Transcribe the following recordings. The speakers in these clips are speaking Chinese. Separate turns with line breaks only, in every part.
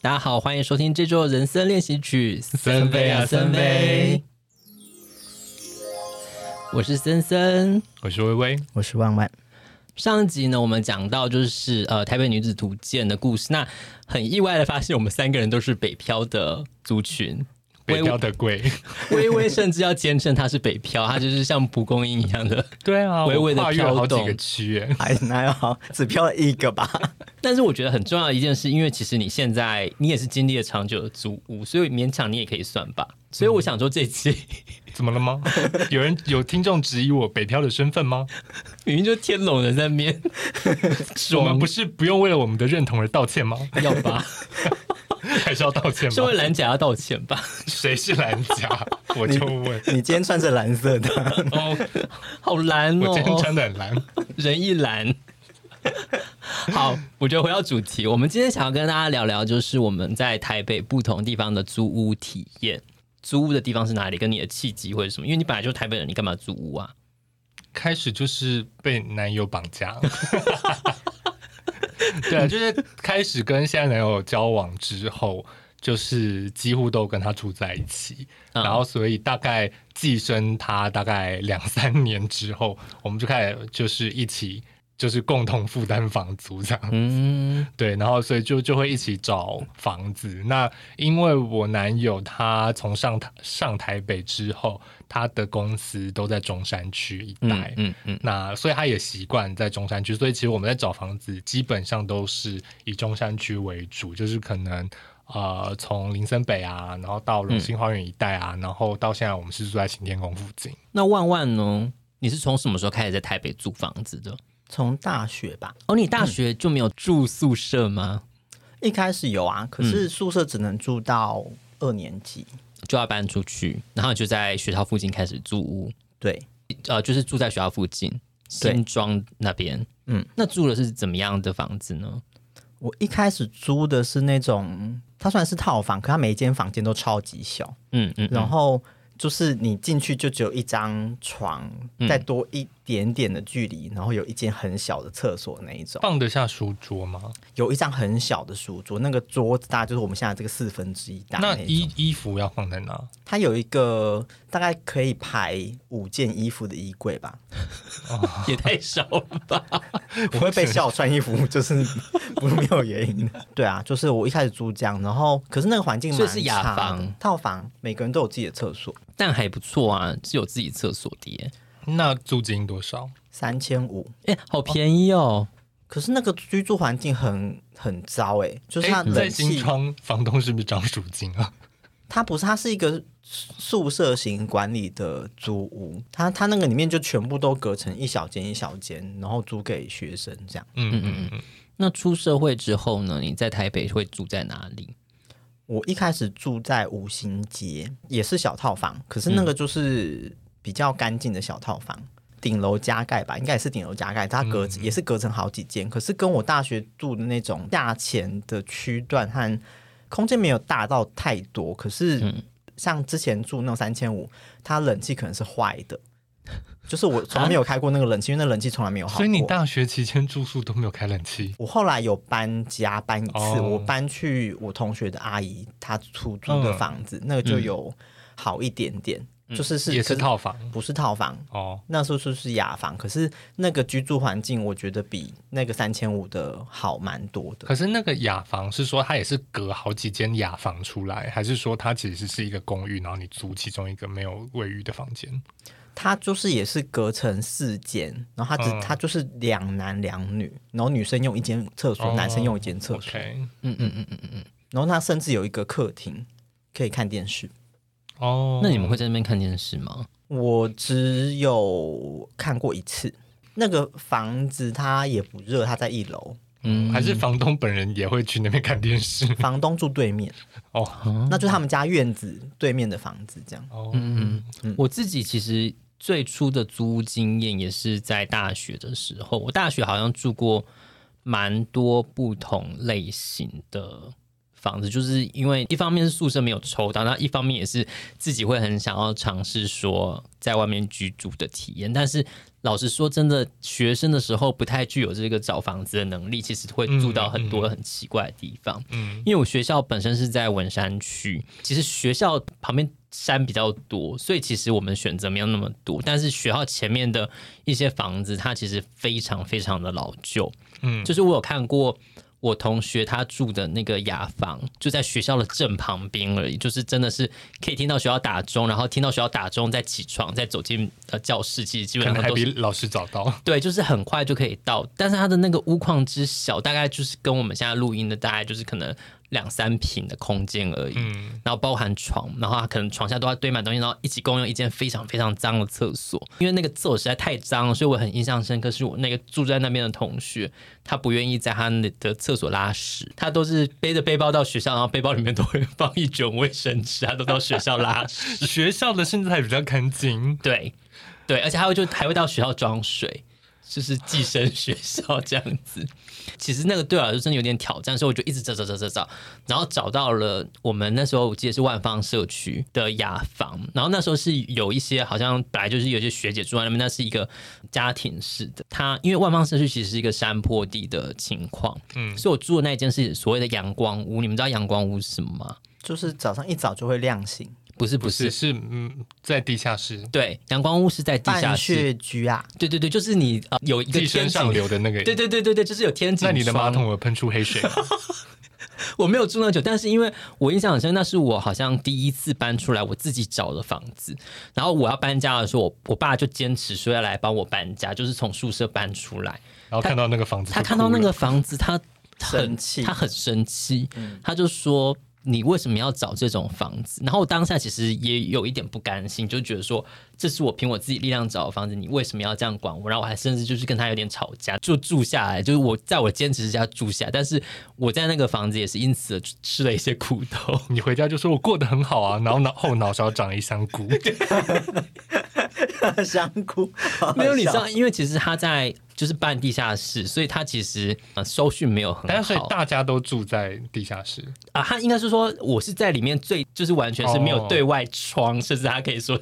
大家好，欢迎收听这周的人生练习曲，
森贝啊森贝，
我是森森。
我是微微，
我是万万，
上一集呢，我们讲到就是呃台北女子图鉴的故事，那很意外的发现我们三个人都是北漂的族群。微
北漂的贵，
微微甚至要坚称她是北漂，她就是像蒲公英一样的。
对 啊
微微地
我跨越了
飘
好几
动
个区耶，
还哪有哎好只飘了一个 吧？
但是我觉得很重要的一件事，因为其实你现在你也是经历了长久的租屋，所以勉强你也可以算吧。所以我想说这期
怎么了 吗？有人有听众质疑我北漂的身份吗？
明明就天龙人在面，
我
装
们不是不用为了我们的认同而道 歉吗？
要吧？
还是要道 歉
是
吗
为？蓝甲要道歉吧？
谁是蓝 甲？我就问。
你今天穿着蓝色的，
哦，
好蓝
我今天
哦，
穿的很蓝，
人一蓝。 好，我觉得回到主题，我们今天想要跟大家聊聊，就是我们在台北不同地方的租屋体验。租屋的地方是哪里？跟你的契机或者什么？因为你本来就是台北人，你干嘛租屋啊？
开始就是被男友绑架。 对啊，就是开始跟现在男友交往之后，就是几乎都跟他住在一起，
嗯
然后所以大概寄生他大概两三年之后，我们就开始就是一起就是共同负担房租这样。
嗯，
对，然后所以就就会一起找房子。那因为我男友他从上台上台北之后，他的公司都在中山区一带，
嗯嗯，
那所以他也习惯在中山区，所以其实我们在找房子基本上都是以中山区为主，就是可能呃从林森北啊，然后到
嗯
荣兴花园一带啊，然后到现在我们是住在行天宫附近。
那万万呢？你是从什么时候开始在台北租房子的？
从大学吧，
哦，你大学就没有住宿舍吗？
一开始有啊，可是宿舍只能住到二年级，
就要搬出去，然后就在学校附近开始租屋，
对，
呃，就是住在学校附近
对
新庄那边。嗯
嗯，
那住的是怎么样的房子呢？
我一开始租的是那种，它虽然是套房，可它每一间房间都超级小，
嗯嗯，
然后就是你进去就只有一张床，再多一点点的距离，然后有一间很小的厕所那一种，
放得下书桌吗？
有一张很小的书桌，那个桌子大概就是我们现在这个四分之一大
那
一种
衣衣服要放在哪？
它有一个大概可以排五件衣服的衣柜 吧，
也太少了 吧？
我会被笑穿衣服就是不是没有原因的。对啊，就是我一开始租这样，然后可是那个环境蛮
所以是雅
差的
房
套房，每个人都有自己的厕所，
但还不错啊，是有自己厕所的耶，
那租金多少？
三千五。
哎、好便宜哦。
可是那个居住环境很很糟哎、就是它
诶在
冷
新
气，
庄房东是不是涨赎金啊？
它不是，它是一个宿舍型管理的租屋，它它那个里面就全部都隔成一小间一小间，然后租给学生这样。
嗯嗯嗯，
那出社会之后呢？你在台北会住在哪里？
我一开始住在五星街，也是小套房，可是
嗯
那个就是比较干净的小套房，顶楼加盖吧，应该也是顶楼加盖，它隔、
嗯
也是隔成好几间，可是跟我大学住的那种价钱的区段和空间没有大到太多，可是
嗯
像之前住那种三千五，它冷气可能是坏的。 就是我从来没有开过那个冷气，因为那冷气从来没有好
啊
过。
所以你大学期间住宿都没有开冷气，
我后来有搬家搬一次，
哦
我搬去我同学的阿姨她出租的房子，那个就有好一点点，就是是
嗯也是，套房
可不是套房。
哦。
那时候就是雅房，可是那个居住环境，我觉得比那个三千五的好蛮多的。
可是那个雅房是说它也是隔好几间雅房出来，还是说它其实是一个公寓，然后你租其中一个没有卫浴的房间？
它就是也是隔成四间，然后它只、
嗯
它就是两男两女，然后女生用一间厕所，
哦
男生用一间厕所，
OK，
嗯
然后它甚至有一个客厅可以看电视。
哦，
那你们会在那边看电视吗？
我只有看过一次。那个房子它也不热，它在一 楼，
嗯
还是房东本人也会去那边看电视？
房东住对面，
哦
那就是他们家院子对面的房子这样。
哦，
嗯我自己其实最初的租屋经验也是在大学的时候，我大学好像住过蛮多不同类型的房子，就是因为一方面是宿舍没有抽到，那一方面也是自己会很想要尝试说在外面居住的体验。但是老实说，真的学生的时候不太具有这个找房子的能力，其实会住到很多很奇怪的地方。
嗯，
因为我学校本身是在文山区，其实学校旁边山比较多，所以其实我们选择没有那么多。但是学校前面的一些房子，它其实非常非常的老旧。
嗯
就是我有看过我同学他住的那个雅房，就在学校的正旁边而已，就是真的是可以听到学校打钟，然后听到学校打钟再起床，再走进呃教室，其实基
可
本
能
上
还
都
比
是。
老师早到。
对，就是很快就可以到，但是它的那个屋况之小，大概就是跟我们现在录音的大概就是可能两三平的空间而已，
嗯
然后包含床，然后它可能床下都要堆满东西，然后一起共用一间非常非常脏的厕所，因为那个厕所实在太脏了，所以我很印象深刻。是我那个住在那边的同学，他不愿意在他的厕所拉屎，他都是背着背包到学校，然后背包里面都会 放一卷卫生纸，他都到学校拉屎。
学校的甚至还比较干净。
对，对，而且还会就还会到学校装水，就是寄生学校这样子。其实那个对我来说真的有点挑战，所以我就一直找找找找找，然后找到了我们那时候我记得是万方社区的雅房，然后那时候是有一些好像本来就是有一些学姐住在那边，那是一个家庭式的。它因为万方社区其实是一个山坡地的情况，嗯，所以我住的那间是所谓的阳光屋，你们知道阳光屋是什么吗？
就是早上一早就会亮醒，
不是不
不是
是，
是嗯，在地下室
对，阳光屋是在地下
半
室，
穴居 啊，
对对对，就是你、呃、有一个
寄生
天
上
井
流的那个。
对对对对对，就是有天井
那
窗。
你的马桶有喷出黑水吗？
我没有住那么久，但是因为我印象很深，那是我好像第一次搬出来我自己找的房子。然后我要搬家的时候，我我爸就坚持说要来帮我搬家，就是从宿舍搬出来。
然后看到那个房子就哭
他
了，
看到那个房子，他很
生气
他很生气，他就说。你为什么要找这种房子？然后我当下其实也有一点不甘心，就觉得说这是我凭我自己力量找的房子，你为什么要这样管我？然后我还甚至就是跟他有点吵架，就住下来，就是我在我坚持之下住下来，但是我在那个房子也是因此吃了一些苦头。
你回家就说我过得很好啊，然后脑后脑勺长了一香 菇。
香菇，好好
没有，你知
笑
道，因为其实他在就是半地下室，所以他其实呃收讯没有很好。
但是所以大家都住在地下室，
啊，他应该是说我是在里面最就是完全是没有
哦
对外窗，甚至他可以说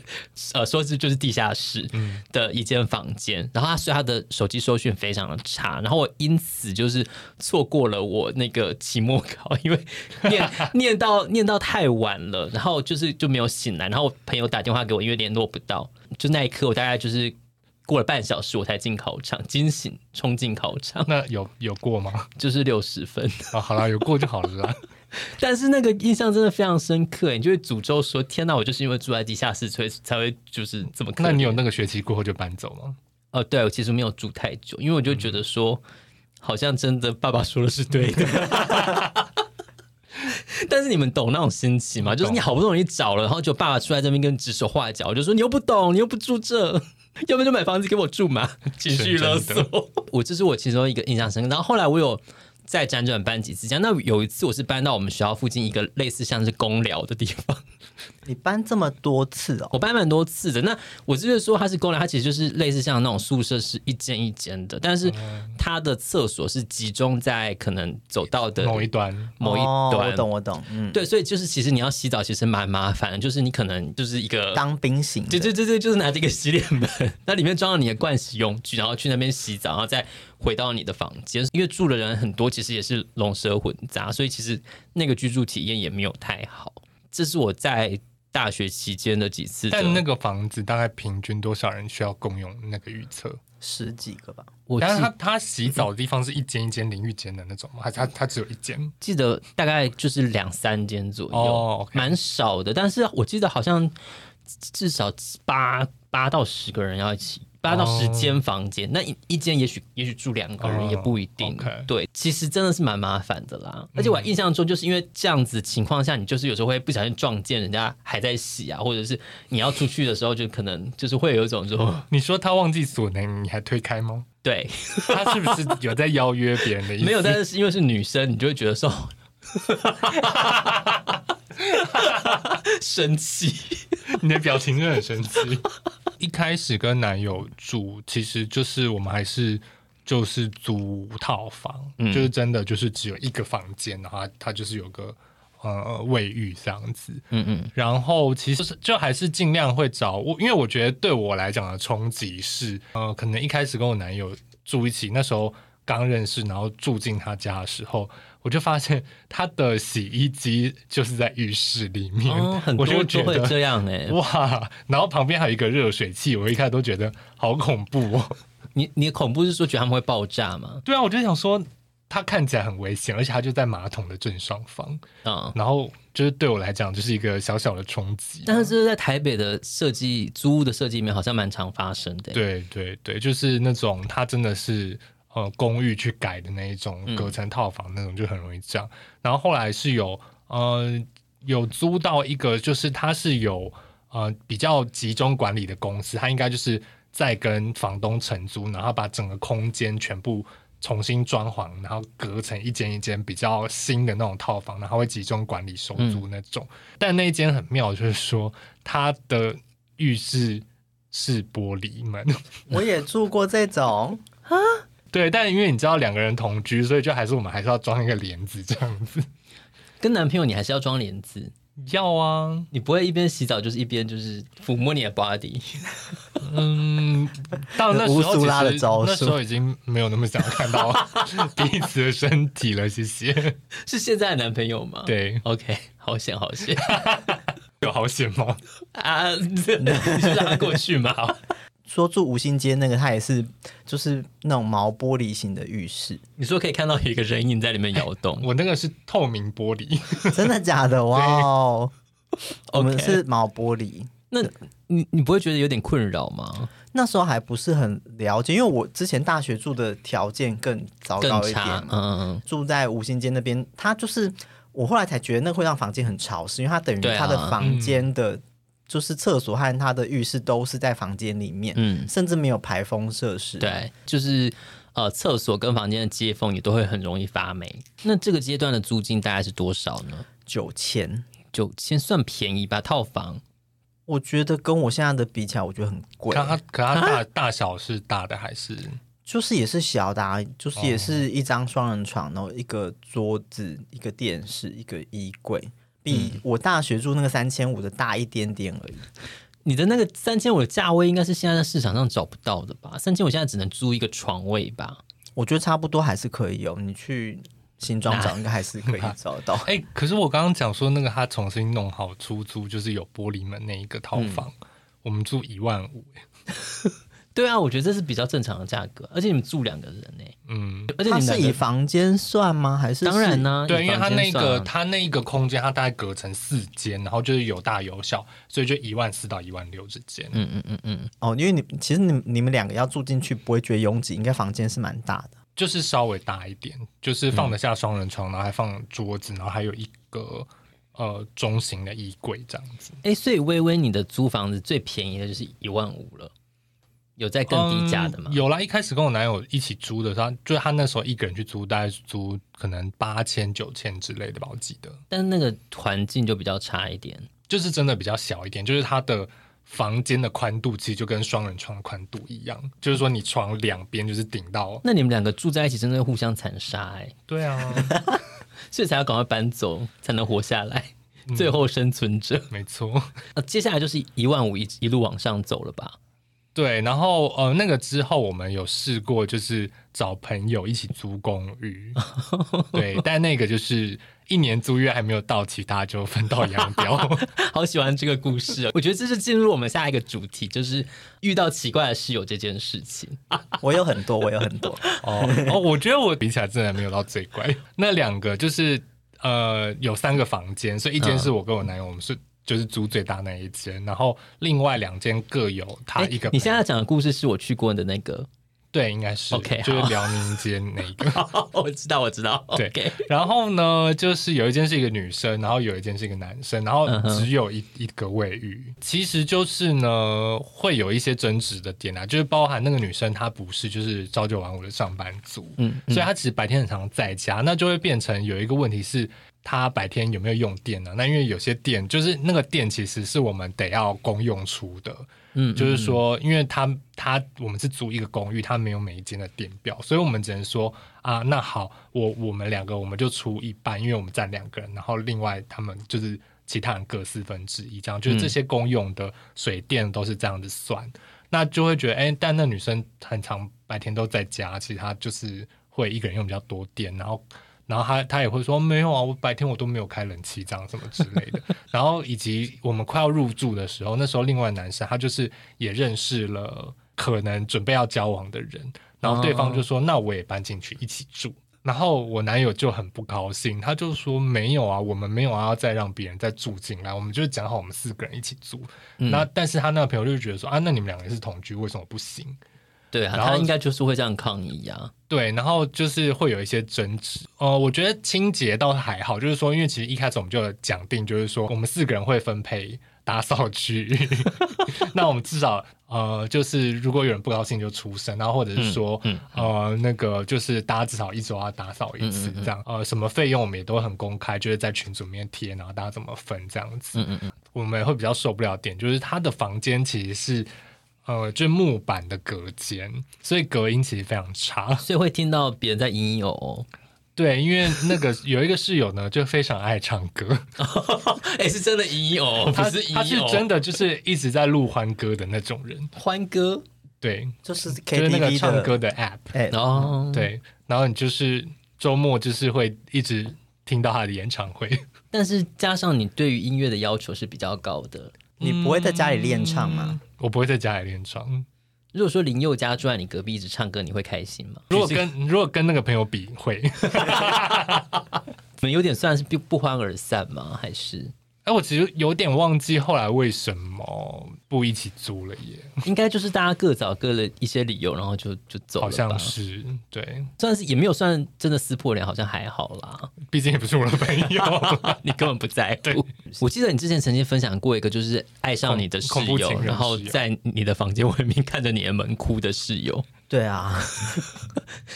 呃说是就是地下室的一间房间，然后他所以他的手机收讯非常的差，然后我因此就是错过了我那个期末考，因为念念到念到太晚了，然后就是就没有醒来，然后我朋友打电话给我，因为联络不到，就那一刻我大概就是。过了半小时，我才进考场，惊醒冲进考场，
那有有过吗？
就是六十分。
啊，好啦，有过就好了啦。
但是那个印象真的非常深刻，你就会诅咒说：“天哪，我就是因为住在地下室，所以才会就是这 么可怜。”
那你有那个学期过后就搬走吗？
哦？对，我其实没有住太久，因为我就
嗯
觉得说，好像真的爸爸说的是对的。 但是你们懂那种心情吗？就是你好不容易找了，然后就爸爸出来这边跟你指手画脚，我就说你又不懂，你又不住这，要不然就买房子给我住嘛，情绪勒
是
索
真。
我这是我其中一个印象深刻。然后后来我有再辗转搬几次家，那有一次我是搬到我们学校附近一个类似像是公寮的地方，
你搬这么多次哦，
我搬蛮多次的。那我就是说它是公寮，它其实就是类似像那种宿舍是一间一间的，但是
嗯
它的厕所是集中在可能走道的
某一端，
某一
哦
段。
我懂我懂，嗯，
对，所以就是其实你要洗澡其实蛮麻烦的，就是你可能就是一个。
当兵型
对
的，
对对对，就是拿这个洗脸盆，那里面装了你的盥洗用具，然后去那边洗澡，然后再回到你的房间。因为住的人很多，其实也是龙蛇混杂，所以其实那个居住体验也没有太好。这是我在大学期间的几次的。
但那个房子大概平均多少人需要共用那个浴厕？
十几个吧，
我记
但是他他洗澡的地方是一间一间淋浴间的那种吗？还是他他只有一间？
记得大概就是两三间左
哦
右，
，OK
蛮、少的。但是我记得好像至少八八到十个人要一起，八到十间房间，那一一间也许也许住两个人
哦
也不一定。
OK
对，其实真的是蛮麻烦的啦。而且我印象中，就是因为这样子情况下，你就是有时候会不小心撞见人家还在洗啊，或者是你要出去的时候，就可能就是会有一种 说
你说他忘记锁门，你还推开吗？
对，
他是不是有在邀约别人的意 思？
没有，但是因为是女生，你就会觉得说， 生气。
你的表情真的很生气。一开始跟男友住，其实就是我们还是
嗯
就是租套房，就是真的就是只有一个房间，然后它它就是有个呃卫浴这样子。
嗯嗯，
然后其实是就还是尽量会找我，因为我觉得对我来讲的冲击是，呃，可能一开始跟我男友住一起，那时候刚认识，然后住进他家的时候，我就发现他的洗衣机就是在浴室里面，
哦，很
我
多
就
就
觉
会
得
这样哎、
哇，然后旁边还有一个热水器，我一开始都觉得好恐怖哦。
你你的恐怖是说觉得他们会爆炸吗？
对啊，我就想说。它看起来很危险，而且它就在马桶的正上方，
啊、
然后就是对我来讲，就是一个小小的冲击。
但是这是在台北的设计租屋的设计里面好像蛮常发生的、，欸
对对对，就是那种它真的是呃公寓去改的那一种隔层套房那种，就很容易这样。然后后来是有呃有租到一个，就是它是有呃比较集中管理的公司，它应该就是在跟房东承租，然后把整个空间全部。重新装潢，然后隔成一间一间比较新的那种套房，然后会集中管理收租那种。但那一间很妙，就是说它的浴室是玻璃门，
我也住过这种，
对，但因为你知道两个人同居，所以就还是我们还是要装一个帘子这样子。
跟男朋友你还是要装帘子，
要啊，
你不会一边洗澡就是一边就是抚摸你的 body。
嗯，到那时
乌
候
苏
其
拉的
实
招
那
数
时候已经没有那么想看到彼此的身体了，谢谢。
是现在的男朋友吗？
对，
，OK，好险好险
有好险吗？
啊！ 你是让他过去吗？
说住五星街那个，它也是就是那种毛玻璃型的浴室，
你说可以看到有一个人影在里面摇动，
我那个是透明玻璃，
真的假的？哇哦，我们
OK
是毛玻璃。
那你你不会觉得有点困扰吗？
那时候还不是很了解，因为我之前大学住的条件更糟
更
糕一点
差，
嘛，
嗯，
住在五星街那边，它就是我后来才觉得那会让房间很潮湿，因为它等于
对啊
它的房间的，就是厕所和它的浴室都是在房间里面，
嗯，
甚至没有排风设施。，
对，就是呃，厕所跟房间的接缝也都会很容易发霉。那这个阶段的租金大概是多少呢？
九千，
就先算便宜吧，套房
我觉得跟我现在的比起来，我觉得很贵。
可它可它 大大小是大的还是？
就是也是小的、啊，就是也
哦
是一张双人床，然后一个桌子、一个电视、一个衣柜，比
嗯
我大学住那个三千五的大一点点而已。
你的那个三千五的价位应该是现在在市场上找不到的吧？三千五现在只能租一个床位吧？
我觉得差不多还是可以哦，你去新庄找应该还是 可以找得到。
哎、可是我刚刚讲说那个他重新弄好出租，就是有玻璃门那一个套房，
嗯
我们住一万五，
对啊，我觉得这是比较正常的价格，而且你们住两个人呢、
嗯，
而且
它
你们
是
两
以
个
房间算吗？还是
当然？呢、
对，
以
因为
房
它
间
那
算
个
啊
它那一个空间，它大概隔成四间，然后就是有大有小，所以就一万四到一万六之间。
嗯嗯嗯嗯，
哦，因为你其实你你们两个要住进去不会觉得拥挤，应该房间是蛮大的。
就是稍微大一点，就是放得
嗯
下双人床，然后还放桌子，然后还有一个呃中型的衣柜这样子。
哎、所以微微你的租房子最便宜的就是一万五了，有在更低价的吗？
嗯有啦，一开始跟我男友一起租的时候，他就是他那时候一个人去租，大概租可能八千九千之类的吧，我记得。
但那个环境就比较差一点。
就是真的比较小一点，就是它的房间的宽度其实就跟双人床的宽度一样，就是说你床两边就是顶到。
那你们两个住在一起，真的会互相残杀哎、
对啊，
所以才要赶快搬走，才能活下来，
嗯
最后生存者。
没错。
那、接下来就是一万五一一路往上走了吧？
对，然后呃，那个之后我们有试过，就是找朋友一起租公 寓，对，但那个就是一年租约还没有到期，大家就分道扬 镳。
好喜欢这个故事、哦，我觉得这是进入我们下一个主题，就是遇到奇怪的室友这件事情。
我有很多，我有很多。
哦哦，我觉得我比起来真的没有到最乖。那两个就是呃，有三个房间，所以一间
嗯
是我跟我男友，我们是就是租最大那一间，然后另外两间各有他
哎
啊一个朋友。
你现在讲的故事是我去过的那 个，
对，应该是
OK，
就是
好
辽宁间那一个。
我知道，我知道。
对
OK
然后呢，就是有一间是一个女生，然后有一间是一个男生，然后
嗯哼
只有一、一个卫浴。其实就是呢，会有一些争执的点啊，就是包含那个女生她不是就是朝九晚五的上班族，
嗯
所以她其实白天很常在家，那就会变成有一个问题是。它白天有没有用电啊呢、那因为有些电就是那个电其实是我们得要公用出的，
嗯，
就是说，因为它它我们是租一个公寓，它没有每一间的电表，所以我们只能说啊，那好，我我们两个我们就出一半，因为我们占两个人，然后另外他们就是其他人各四分之一，这样就
嗯
是这些公用的水电都是这样子算，那就会觉得哎、但那女生很常白天都在家，其实她就是会一个人用比较多电，然后。然后她她也会说没有啊，我白天我都没有开冷气，这样什么之类的。然后以及我们快要入住的时候，那时候另外男生他就是也认识了可能准备要交往的人，然后对方就说：“那我也搬进去一起住。”然后我男友就很不高兴，他就说：“没有啊，我们没有啊，要再让别人再住进来，我们就是讲好我们四个人一起住。那但是他那个朋友就觉得说：“啊，那你们两个人是同居，为什么不行？”
对啊，
然后
他应该就是会这样抗议啊。
对，然后就是会有一些争执。呃，我觉得清洁倒是还好，就是说，因为其实一开始我们就有讲定，就是说我们四个人会分配打扫区域。 那我们至少呃，就是如果有人不高兴就出声，然后或者
嗯
是说、呃，那个就是大家至少一周要打扫
嗯
一次这样。呃，什么费用我们也都很公开，就是在群组里面贴，然后大家怎么分这样子。
嗯嗯嗯，
我们会比较受不了的点，就是他的房间其实是。呃，就是木板的隔间，所以隔音其实非常差。
所以会听到别人在隐隐哦哦，
对，因为那个有一个室友呢，就非常爱唱歌，
哎、是真的隐隐 哦哦， 不
他
是隐
他是
隐哦哦。
真的就是一直在录欢歌的那种人，
欢歌
对，
就是
就是那个
KTV
唱歌的
的，
app，
哎、
哦，。
对，然后你就是周末就是会一直听到他的演唱会，
但是加上你对于音乐的要求是比较高的。
你不会在家里练唱
嗯
吗？
我不会在家里练唱。
如果说林宥嘉坐在你隔壁一直唱歌，你会开心吗？
如果跟如果跟那个朋友比会，
你们有点算是不不欢而散吗？还是
哎，我其实有点忘记后来为什么不一起租了耶，
应该就是大家各找各的一些理由，然后就就走了吧？
好像是对，
算是也没有算真的撕破脸，好像还好啦。
毕竟也不是我的朋友。
你根本不在乎。我记得你之前曾经分享过一个，就是爱上你的室
恐恐怖情
友，
人
然后
室友
在你的房间外面看着你的门哭的室友，
对啊，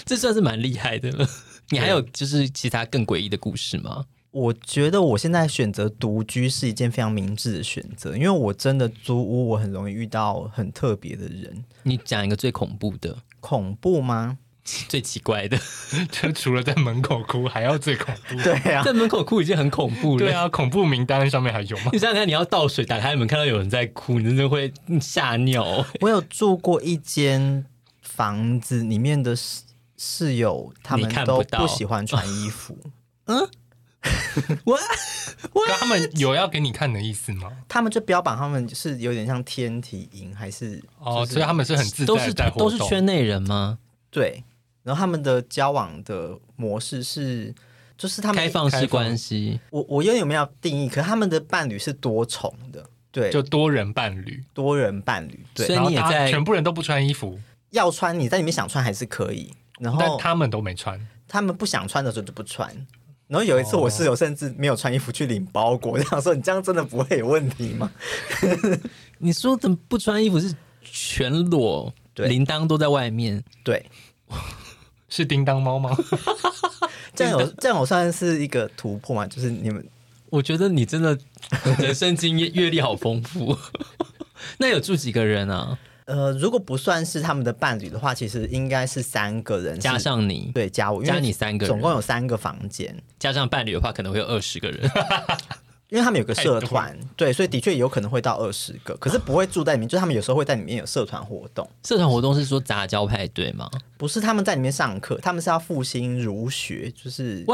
这算是蛮厉害的了。你还有就是其他更诡异的故事吗？
我觉得我现在选择独居是一件非常明智的选择，因为我真的租屋，我很容易遇到很特别的人。
你讲一个最恐怖的、
恐 怖吗？
最奇怪 的，
就除了在门口哭，还要最恐怖。
对啊，
在门口哭已经很恐怖了。
对啊，恐怖名单上面还有 吗？
你想想看，你要倒水，打开门看到有人在哭，你真的会吓尿。
我有住过一间房子，里面的室室友他
你
们
看
都
不到
不喜欢穿 衣服，
我
那他们有要给你看的意思吗？
他们就标榜他们是有点像天体营还是
哦，所以他们是很自
都
在
是
地在活
都
动，
是圈内人吗？
对，然后他们的交往的模式是。就是他们
开放式
开放
关系，
我我有点没有定义，可是他们的伴侣是多重的，对，
就多人伴侣，
多人伴侣，对，
所以
然后
你也
大家
在
全部人都不穿衣服，
要穿你在里面想穿还是可以，然
但
后
他们都没穿。
他们不想穿的时候就不穿。然后有一次我室友甚至没有穿衣服去领包
哦
裹，我想说你这样真的不会有问题 吗？
你说的不穿衣服是全裸，
对
铃铛都在外面。
对，
是叮当猫吗？
这样有这样我算是一个突破嘛，就是你们
我觉得你真的 人生经验阅历好丰富。 那有住几个人啊？
呃，如果不算是他们的伴侣的话，其实应该是三个人是
加上你，
对加我，因为
加你三个人
总共有三个房间，
加上伴侣的话，可能会有二十个人。
因为他们有个社
太多了
团，对，所以的确有可能会到二十个，可是不会住在里面，就是他们有时候会在里面有社团活动。
社团活动是说杂交派对吗？
不是他们在里面上课，他们是要复兴儒学，就是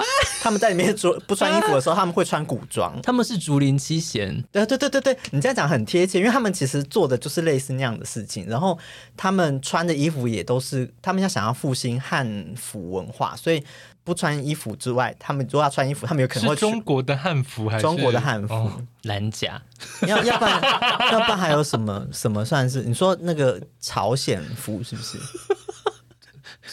他们在里面着不穿衣服的时候，他们会穿古 装。
他们是竹林七贤，
对对对对对，你这样讲很贴切，因为他们其实做的就是类似那样的事情，然后他们穿的衣服也都是他们要想要复兴汉服文化，所以不穿衣服之外，他们如果要穿衣服，他们有可能
是
会
中
去
国的汉服还是
中国的汉服，
哦
蓝甲
要要不然
哦
要不然还有什么什么算是你说那个朝鲜服是不是？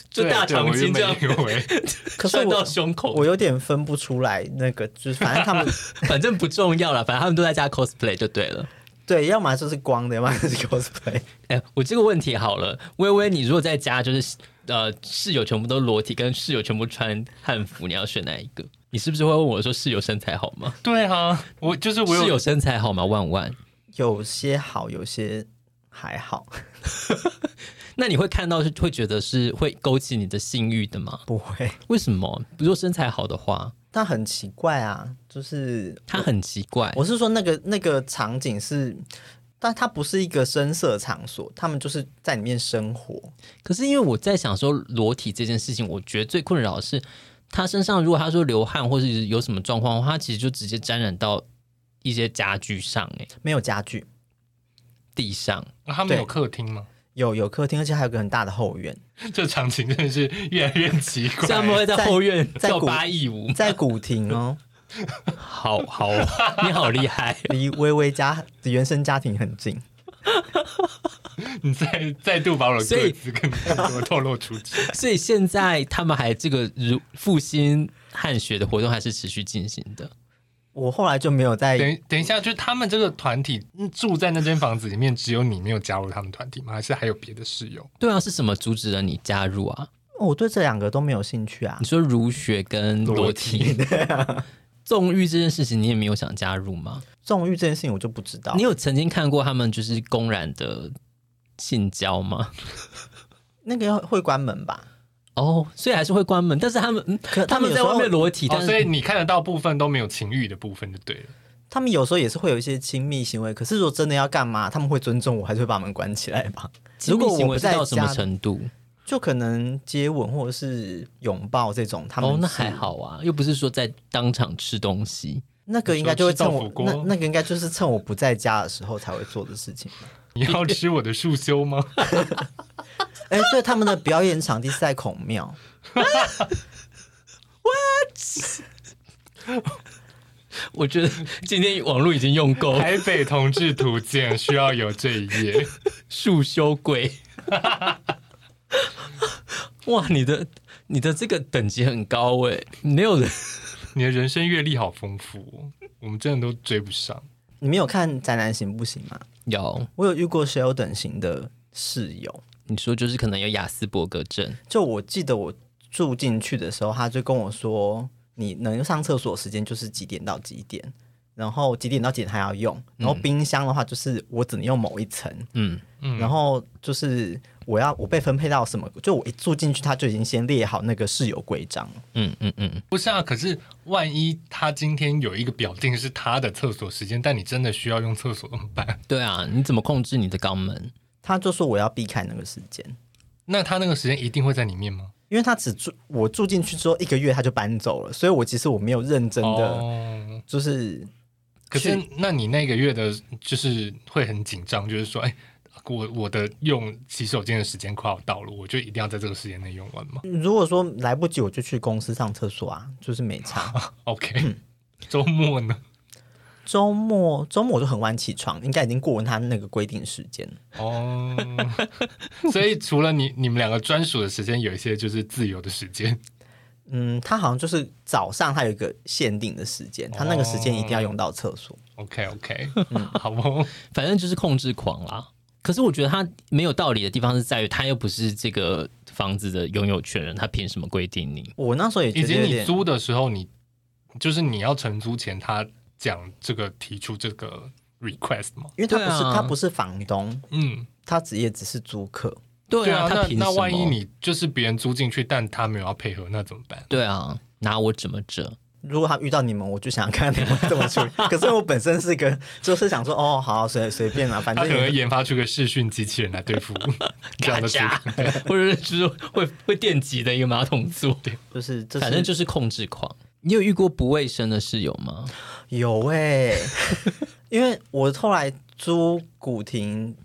就大长今这样
对对我原 本以为
可是
穿到
我
胸口
我，有点分不出来那个，就是反正他们。
反正不重要了，反正他们都在家 cosplay 就对了。
对，要么就是光的，要么就是 cosplay。
哎、我这个问题好了，微微，你如果在家就是呃室友全部都裸体，跟室友全部穿汉服，你要选哪一个？你是不是会问我说室友身材好吗？
对啊，我就是我
室
有
友身材好吗？万万，
有些好，有些还好，
那你会看到是会觉得是会勾起你的性欲的吗？
不会。
为什么？比如说身材好的话，
但很奇怪啊，就是
它很奇怪。
我是说那个那个场景是，但它不是一个声色场所，他们就是在里面生活。
可是因为我在想说裸体这件事情，我觉得最困扰的是他身上，如果他说流汗或是有什么状况的话，他其实就直接沾染到一些家具上、哎，
没有家具，
地 上。
啊他们有
对
客厅吗？
有有客厅，而且还有个很大的后院。
这场景真的是越来越奇怪。
这样他们会在后院
在
跳
古
八义舞，
在古亭哦，
好好，你好厉害。
离微微家原生家庭很近。
你再再度把我的
所以
个子跟更多透露出去。
所以现在他们还这个如复兴汉学的活动还是持续进行的。
我后来就没有在，
等等一下，就是他们这个团体嗯住在那间房子里面，只有你没有加入他们团体吗？还是还有别的室友？
对啊，是什么阻止了你加入啊？
哦我对这两个都没有兴趣啊
你。说儒学跟裸体，纵欲这件事情你也没有想加入吗？
纵欲这件事情我就不知道
你。有曾经看过他们就是公然的性交吗？
那个要会关门吧？
哦，所以还是会关门，但是他们嗯
可
他们在
有时
外
候
面裸体，
哦，
但
所以
是
你看得到部分都没有情欲的部分就对了。
他们有时候也是会有一些亲密行为，可是如果真的要干嘛，他们会尊重我，还是会把门关起来吧？
亲
如
密
果
行
我
为
不
是
在
到什么
家，
程度？
就可能接吻或者是拥抱这种，他们
哦，那
是
还，好啊，又不是说在当场吃东西。
那个应该就会趁
你
我
说吃豆腐
那
锅
那个应该就是趁我不在家的时候才会做的事情。
你要吃我的束修吗？
哎，对，他们的表演场地是在孔庙，
我觉 得今天网络已经用够，
台北同志图鉴需要有这一页。
束修 鬼。哇，你的你的这个等级很高哎，没有人
你的人生阅历好丰富、哦，我们真的都追不上。
你没有看宅男行不行吗？
有。
我有遇过 Sheldon 型的室友，
你说就是可能有雅斯伯格症，
就我记得我住进去的时候，他就跟我说，你能上厕所时间就是几点到几点，然后几点到几点还要用，然后冰箱的话就是我只能用某一层，
嗯，
嗯，
然后就是我要我被分配到什么，就我一住进去，他就已经先列好那个室友规章，
嗯嗯嗯，
不是啊，可是万一他今天有一个表定是他的厕所时间，但你真的需要用厕所怎么办？
对啊，你怎么控制你的肛门？
他就说我要避开那个时间，
那他那个时间一定会在里面吗？
因为他只住我住进去之后一个月他就搬走了，所以我其实我没有认真的
哦、
就是
可是
去
那你那个月的，就是会很紧张，就是说，哎，我我的用洗手间的时间快要到了，我就一定要在这个时间内用完吗
如果说来不及，我就去公司上厕所啊，就是没差。
？OK，周 末呢？
周末周末我就很晚起床，应该已经过完他那个规定时间了。
哦，所以除了你你们两个专属的时间，有一些就是自由的时间。
嗯，他好像就是早上他有一个限定的时间，他那个时间一定要用到厕所。
OK OK，好 哦。
反正就是控制狂啦。可是我觉得他没有道理的地方是在于，他又不是这个房子的拥有权人，他凭什么规定你？
我那时候也觉
以
得
及
有
你
点，
租的时候你，就是你要承租前，他讲这个提出这个 request 吗？
因为他不是、
对啊
他不是房东，
嗯，
他只也只是租客。
对
对
啊，
啊。
他
那
凭什么？
那万一你就是别人租进去，但他没有要配合，那怎么办？
对啊，拿我怎么着？
如果他遇到你们，我就想看你们怎么处理。可是我本身是一个，就是想说，哦，好，随随便啦、反
他
正
可
你
能会
们
研发出个视讯机器人来 对付这样的租
嘎
客。
嚓或者是就是会会电击的一个马桶座。对，
就是，这
反正
是
就是控制狂。你有遇过不卫生的室友吗？
有哎、因为我后来租古亭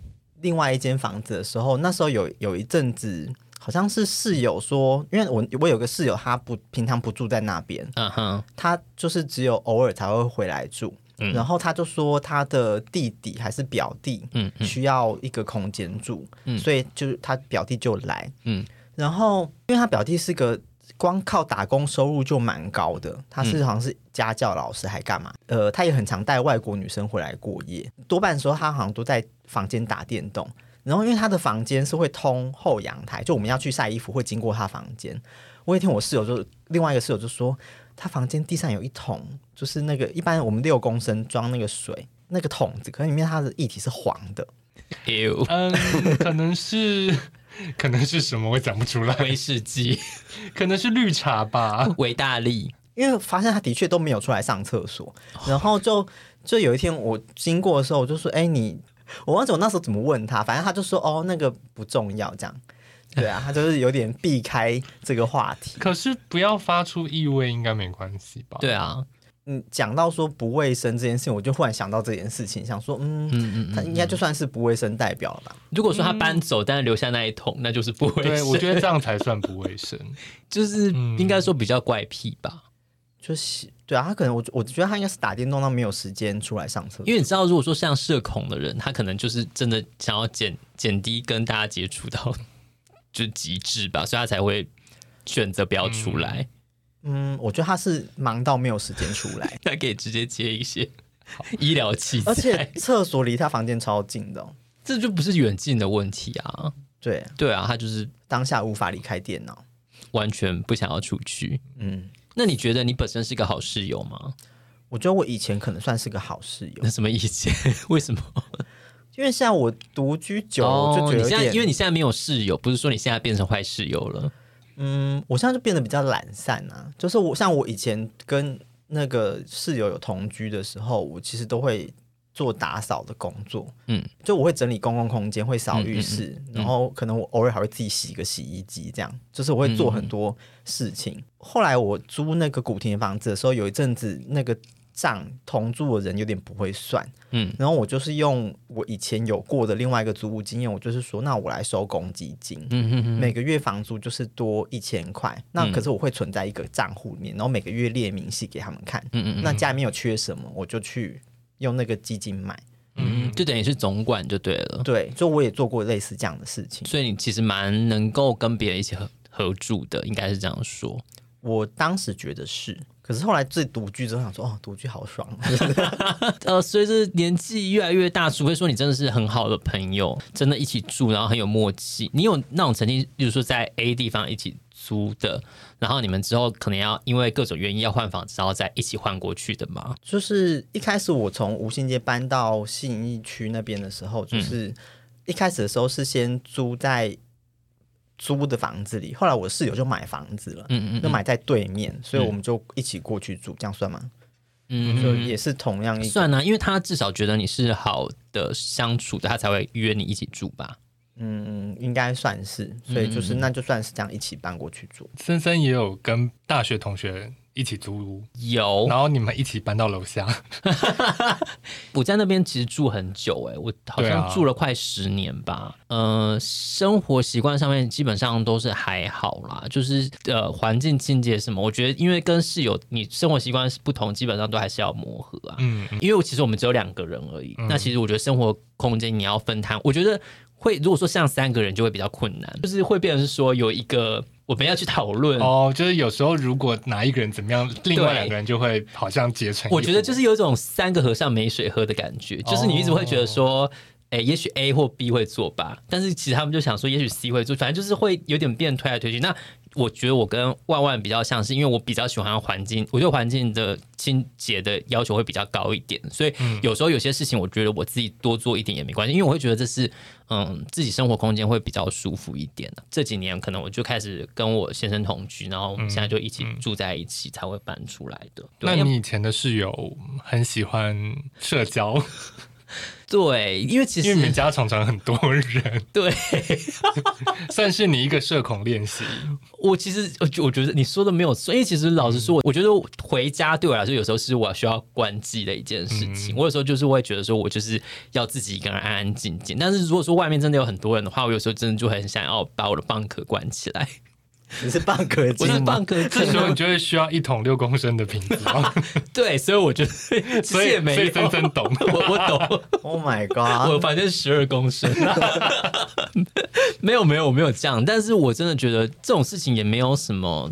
另外一间房子的时候，那时候有有一阵子，好像是室友说，因为我我有个室友，他不平常不住在那边，
嗯 哼，
他就是只有偶尔才会回来住。然后他就说他的弟弟还是表弟，
嗯
需要一个空间住，
嗯
所以就是他表弟就来，
嗯
然后因为他表弟是个光靠打工收入就蛮高的，他
嗯
是好像是家教老师还干嘛？呃，他也很常带外国女生回来过夜，多半时候他好像都在房间打电动。然后因为他的房间是会通后阳台，就我们要去晒衣服会经过他房间。我有一天我室友就另外一个室友就说，他房间地上有一桶，就是那个一般我们六公升装那个水那个桶子，可是里面它的液体是黄的，
，ew，
嗯，可能是可能是什么我讲不出 来，
威士忌、
可能是绿茶吧。
维大利，
因为发现他的确都没有出来上厕所，然后就就有一天我经过的时候，我就说：“哎、你，我忘记我那时候怎么问他，反正他就说哦，那个不重要，这样。”对啊，他就是有点避开这个话题。
可是不要发出异味，应该没关系吧？
对啊，
嗯，讲到说不卫生这件事情，我就忽然想到这件事情，想说，嗯，
嗯嗯
他应该就算是不卫生代表了吧？
如果说他搬走，但是留下那一桶，那就是不卫
对，我
生，
觉得这样才算不卫生。
就是
嗯
应该说比较怪癖吧。
就是对啊，他可能我我觉得他应该是打电动到没有时间出来上厕所，
因为你知道，如果说像社恐的人，他可能就是真的想要减减低跟大家接触到就极致吧，所以他才会选择不要出来。
嗯，我觉得他是忙到没有时间 出来，
他可以直接接一些医疗器
而且
材，
厕所离他房间超近的哦、
这就不是远近的问题啊。
对，
对啊，他就是
当下无法离开电脑。
完全不想要出去。
嗯，
那你觉得你本身是个好室友吗？
我觉得我以前可能算是个好室友
那，什么意见？ 为什么？
因为现在我独居久了，我就觉
哦你
得有
现在
点，
因为你现在没有室友，不是说你现在变成坏室友了。
嗯，我现在就变得比较懒散啊。就是我像我以前跟那个室友有同居的时候，我其实都会做打扫的工作，
嗯，
就我会整理公共空间，会扫
嗯嗯
浴
嗯
室，然后可能我偶尔还会自己洗个洗衣机，这样就是我会做很多事
嗯
情。后来我租那个古亭的房子的时候，有一阵子那个账同住的人有点不会算，
嗯
然后我就是用我以前有过的另外一个租屋经验，我就是说，那我来收公积金，
嗯哼哼，
每个月房租就是多一千块，那可是我会存在一个账户里面，然后每个月列明细给他们看，
嗯嗯嗯
那家里面有缺什么，我就去用那个基金买。
嗯，就等于是总管就对了。
对，就我也做过类似这样的事情。
所以你其实蛮能够跟别人一起合合住的，应该是这样说。
我当时觉得是，可是后来自己独居之后想说，哦，独居好爽。
呃，随着年纪越来越大，除非说你真的是很好的朋友，真的一起住，然后很有默契。你有那种曾经，比如说在 A 地方一起租的，然后你们之后可能要因为各种原因要换房子，然后再一起换过去的吗？
就是一开始我从吴兴街搬到信义区那边的时候，
嗯
就是一开始的时候是先租在租的房子里，后来我室友就买房子了，
嗯嗯
就买在对面，所以我们就一起过去住，这样算吗？就
嗯，
也是同样一个，
算啊，因为他至少觉得你是好的相处的，他才会约你一起住吧。
嗯，应该算是，
嗯
所以就是那就算是这样一起搬过去住。
森森也有跟大学同学一起租屋，
有，
然后你们一起搬到楼下。
我在那边其实住很久、欸，我好
对
像
啊
住了快十年吧。呃，生活习惯上面基本上都是还好啦，就是呃环境清洁什么，我觉得因为跟室友你生活习惯是不同，基本上都还是要磨合啊。
嗯，嗯
因为我其实我们只有两个人而已，那其实我觉得生活空间你要分摊，我觉得会如果说像三个人就会比较困难，就是会变成是说有一个我们要去讨论。
哦，就是有时候如果哪一个人怎么样，另外
对
两个人就会好像结成一伙。
我觉得就是有一种三个和尚没水喝的感觉，就是你一直会
哦
觉得说，哎、也许 A 或 B 会做吧，但是其实他们就想说，也许 C 会做，反正就是会有点变推来推去。那我觉得我跟万万比较像是，因为我比较喜欢环境，我对环境的清洁的要求会比较高一点，所以
嗯
有时候有些事情我觉得我自己多做一点也没关系，因为我会觉得这是嗯自己生活空间会比较舒服一点。啊这几年可能我就开始跟我先生同居，然后我们现在就一起住在一起才会搬出来的。对
嗯那
因为
你以前的室友很喜欢社交，
对，因为其
因为你们
实
家常常很多人，
对
算是你一个社恐练习。
我其实我觉我觉得你说的没有错，因为其实老实说，我觉得回家对我来说有时候是我需要关机的一件事
嗯
情。我有时候就是会觉得说我就是要自己一个人安安静静，但是如果说外面真的有很多人的话，我有时候真的就很想要把我的蚌壳关起来，
你是蚌壳
我是
精吗
蚌？壳
这时候
精
你就会需要一桶六公升的瓶子哦，
对，所以我觉得 其
所
实
以
也没
所以
有，
森森懂。
我我懂。
Oh my god！
我反正十二公升， 没有没有我没有这样，但是我真的觉得这种事情也没有什么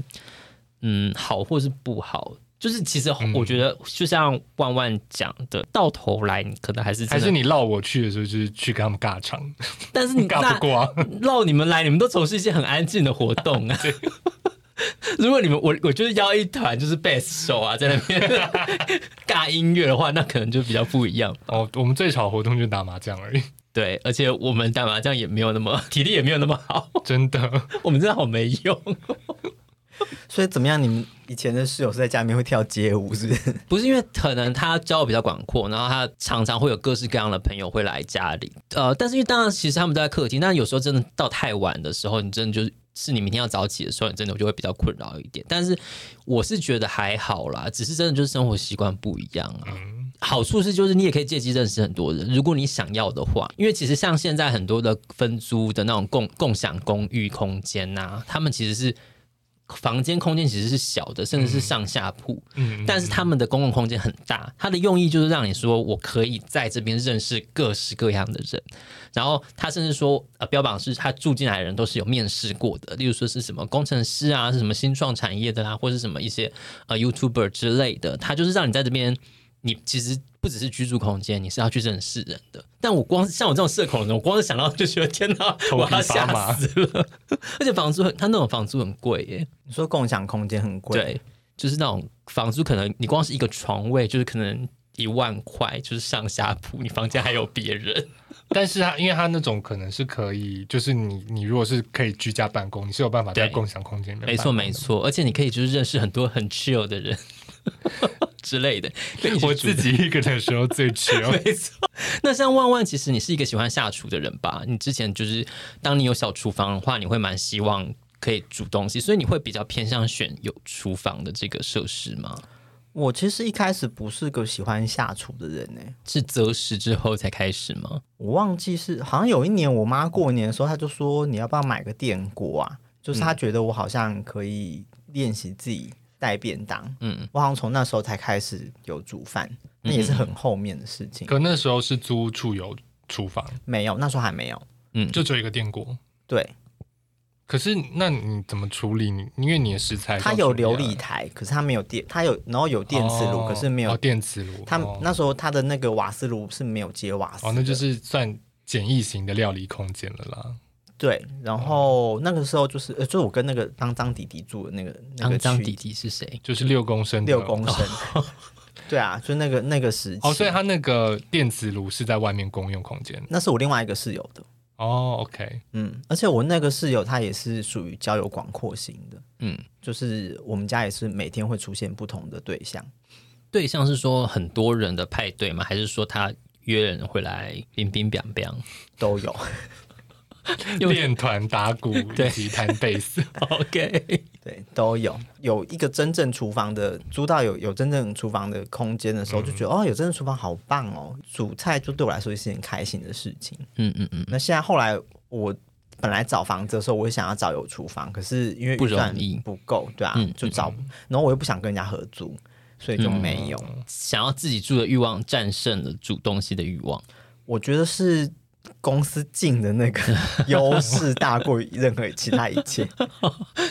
嗯好或是不好，就是其实我觉得，就像万万讲的，到头来你可能还是真
还
的
是，你绕我去的时候，就是去跟他们尬场，
但是你
尬
嗯那
不过啊。
绕你们来，你们都从事一些很安静的活动啊。 如果你们我我就是邀一团就是 bass 手啊，在那 边尬音乐的话，那可能就比较不一样。
哦，我们最吵的活动就是打麻将而已，
对，而且我们打麻将也没有那么体力也没有那么好，
真的。
我们真的好没用。
所以怎么样？你们以前的室友是在家里面会跳街舞，是不是？
不是因为可能他交友比较广阔，然后他常常会有各式各样的朋友会来家里，呃，但是因为当然其实他们都在客厅，但有时候真的到太晚的时候，你真的就是是你明天要早起的时候，你真的就会比较困扰一点。但是我是觉得还好啦，只是真的就是生活习惯不一样啊。好处是，就是你也可以借机认识很多人，如果你想要的话。因为其实像现在很多的分租的那种共共享公寓空间呐、他们其实是房间空间其实是小的，甚至是上下铺。
嗯，
但是他们的公共空间很大，它的用意就是让你说我可以在这边认识各式各样的人。然后他甚至说，呃，标榜是他住进来的人都是有面试过的，例如说是什么工程师啊，是什么新创产业的啦、或是什么一些呃 YouTuber 之类的，他就是让你在这边，你其实。不只是居住空间，你是要去认识人的。但我光像我这种社恐的人，我光是想到就觉得天哪，
头
我
皮
要
发
吓
麻
死了。而且房租很，他那种房租很贵耶。
你说共享空间很贵，，
对，就是那种房租，可能你光是一个床位，就是可能一万块，就是上下铺，你房间还有别人。
但是他因为他那种可能是可以，就是你你如果是可以居家办公，你是有办法在
对
共享空间里面
没
办
错，
公的。
没错，而且你可以就是认识很多很 chill 的人 之类的。跟你一起
我
住
自己一个人的时候 最 c
没错。那像万万，其实你是一个喜欢下厨的人吧？你之前就是当你有小厨房的话，你会蛮希望。可以煮东西，所以你会比较偏向选有厨房的这个设施吗？
我其实一开始不是个喜欢下厨的人呢、
是择时之后才开始吗？
我忘记是好像有一年我妈过年的时候，她就说你要不要买个电锅啊？就是
嗯
她觉得我好像可以练习自己带便当，
嗯，
我好像从那时候才开始有煮饭，那也是很后面的事情。
嗯可那时候是租屋处有厨房，
没有，那时候还没有。
嗯
就只有一个电锅。
对，可
可是那你怎么处理？你因为你的食材是
它
要
有
处理啊
琉璃台，可是它没有电，它有然后有电磁炉，
哦
可是没
哦
有。
电磁炉。
它
哦
那时候它的那个瓦斯炉是没有接瓦斯的，
哦，那就是算简易型的料理空间了啦。
对。然后那个时候就是，呃，就我跟那个肮脏弟弟住的那个那个
肮脏
区
弟弟是谁？
就是六公升的
六公升。 对啊，就那个那个时期。
哦，所以它那个电磁炉是在外面公用空间
那是我另外一个室友的。
哦。OK，
嗯，而且我那个室友他也是属于交友广阔型的，
嗯，
就是我们家也是每天会出现不同的对象。
对象是说很多人的派对吗？还是说他约人会来冰冰凉 凉？
都有，
又
练团打鼓
对
以及弹贝斯，
OK，
对，都有有一个真正厨房的租到有有真正厨房的空间的时候，就觉得、哦，有真正厨房好棒哦，煮菜就对我来说是一件很开心的事情。
嗯嗯嗯，
那现在后来我本来找房子的时候，我也想要找有厨房，可是因为
不
预算
容易
不够，对啊，
嗯
就找，然后我又不想跟人家合租，所以就没有。
想要自己住的欲望战胜了煮东西的欲望。
我觉得是公司进的那个 优势大过于任何其他一切。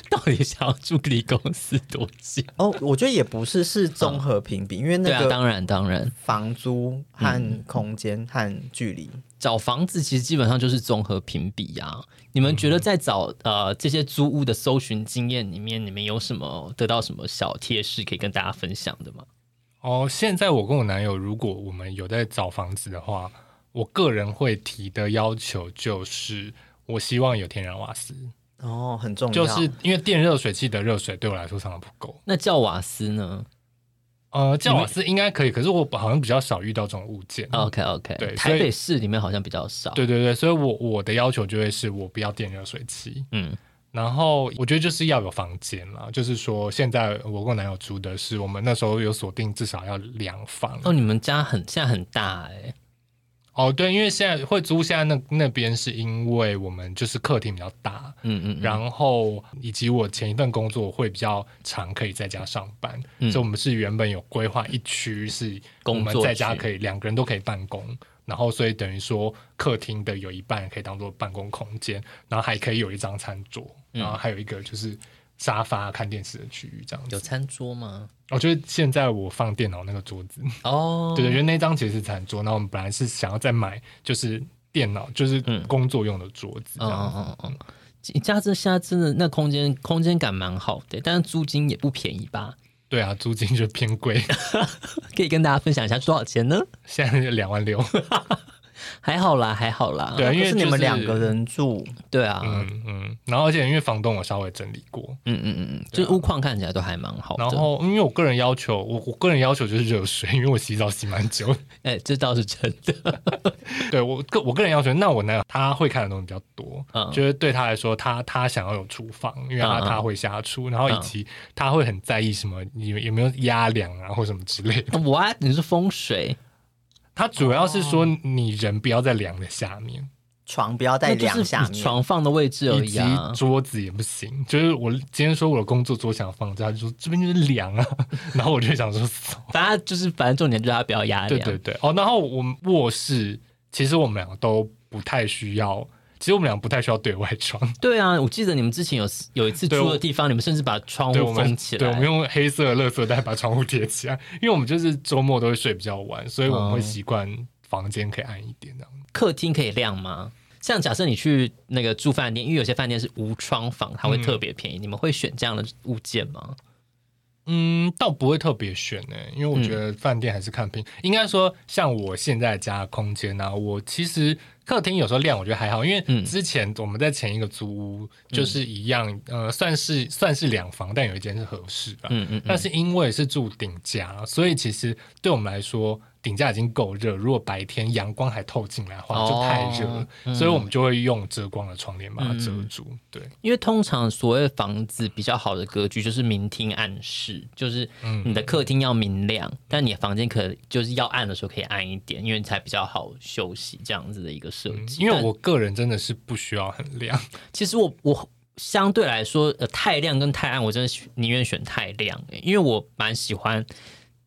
到底想要住离公司多近？
哦，我觉得也不是是综合评比，因为
对
那
啊，
个
当然嗯当然，
房租和空间和距离，
找房子其实基本上就是综合评比啊。你们
嗯
觉得在找呃这些租屋的搜寻经验里面，你们有什么得到什么小贴士可以跟大家分享的吗？
哦，现在我跟我男友，如果我们有在找房子的话，我个人会提的要求就是，我希望有天然瓦斯，
哦，很重要。
就是因为电热水器的热水对我来说常常不够。
那叫瓦斯呢
呃，叫瓦斯应该可以，可是我好像比较少遇到这种物件。
？OK OK，
嗯对所
台
以
北市里面好像比较少。
对对对，所以我我的要求就会是我不要电热水器，
嗯
然后我觉得就是要有房间啦，就是说现在我跟我男友租的是我们那时候有锁定至少要两房
哦，你们家很现在很大哎、
哦，对，因为现在会租现在那那边是因为我们就是客厅比较大，
嗯嗯，嗯
然后以及我前一份工作会比较常可以在家上班，
嗯
所以我们是原本有规划一区是我
工
们
作
在家
区
可以两个人都可以办公，然后所以等于说客厅的有一半可以当做办公空间，然后还可以有一张餐桌，然后还有一个就是沙发看电视的区域这样
嗯有
子。
餐桌吗？
我觉得现在我放电脑那个桌子，
哦，
对对，因为那张其实是餐桌，那我们本来是想要再买就是电脑，就是
嗯
工作用的桌子
嗯
这样子。
嗯嗯嗯，家这现在真的那空间空间感蛮好的，欸但是租金也不便宜吧？
对啊，租金就偏贵，
可以跟大家分享一下多少钱呢？
现在就两万六。
还好啦，还好啦。
对啊，因为
是你
就
们
是
两个，人住，
对啊，嗯
嗯嗯，然后而且因为房东我稍微整理过，
嗯嗯嗯，就是屋况看起来都还蛮好哦的。
啊然，后因为我个人要求，我我个人要求就是热水，因为我洗澡洗 蛮久的。
哎、这倒是真的。
对我个我个人要求，那我男友他会看的东西比较多，
嗯
就是对他来说，他他想要有厨房，因为他
嗯嗯
他会下厨，然后以
嗯
及他会很在意什么有有没有压梁啊或什么之 类的。
哇，你是风水，
他主要是说你人不要在梁的下面，
床不要在
那就是
梁下
你
面。
床放的位置而
以
已
及
啊。
桌子也不行。就是我今天说我的工作桌想放这，他就说这边就是梁啊， 然后我就想说， 操
反正就是，反正重点就是它不要压
对
梁。
对对，哦，然后我们卧室其实我们两个都不太需要，其实我们俩不太需要对外窗，
对啊，我记得你们之前有有一次
对
住
我
的地方，你们甚至把窗
对我
户
们
封起来。
对我们用黑色的垃圾袋把窗户贴起来，因为我们就是周末都会睡比较晚，所以我们会
哦
习惯房间可以暗一点这样。
客厅可以亮吗？像假设你去那个住饭店，因为有些饭店是无窗房，它会特别便宜，你们会选这样的物件吗？
嗯，倒不会特别选呢、因为我
嗯
觉得饭店还是看拼。应该说，像我现在家的空间呢、啊，我其实客厅有时候亮，我觉得还好，因为
嗯
之前我们在前一个租屋就是一样，呃，算是算是两房，但有一间是合适吧。
嗯嗯嗯
但是因为是住顶家，所以其实对我们来说，顶家已经够热。如果白天阳光还透进来的话，就太热了
哦，嗯
所以我们就会用遮光的窗帘把它遮住。对，
因为通常所谓房子比较好的格局就是明厅暗室，就是
嗯
你的客厅要明亮，但你的房间可就是要暗的时候可以暗一点，因为你才比较好休息这样子的一个设计。
嗯因
嗯
为
但
我个人真的是不需要很亮。
其实我我相对来说，呃，太亮跟太暗，我真的喜宁愿选太亮、欸因为我蛮喜欢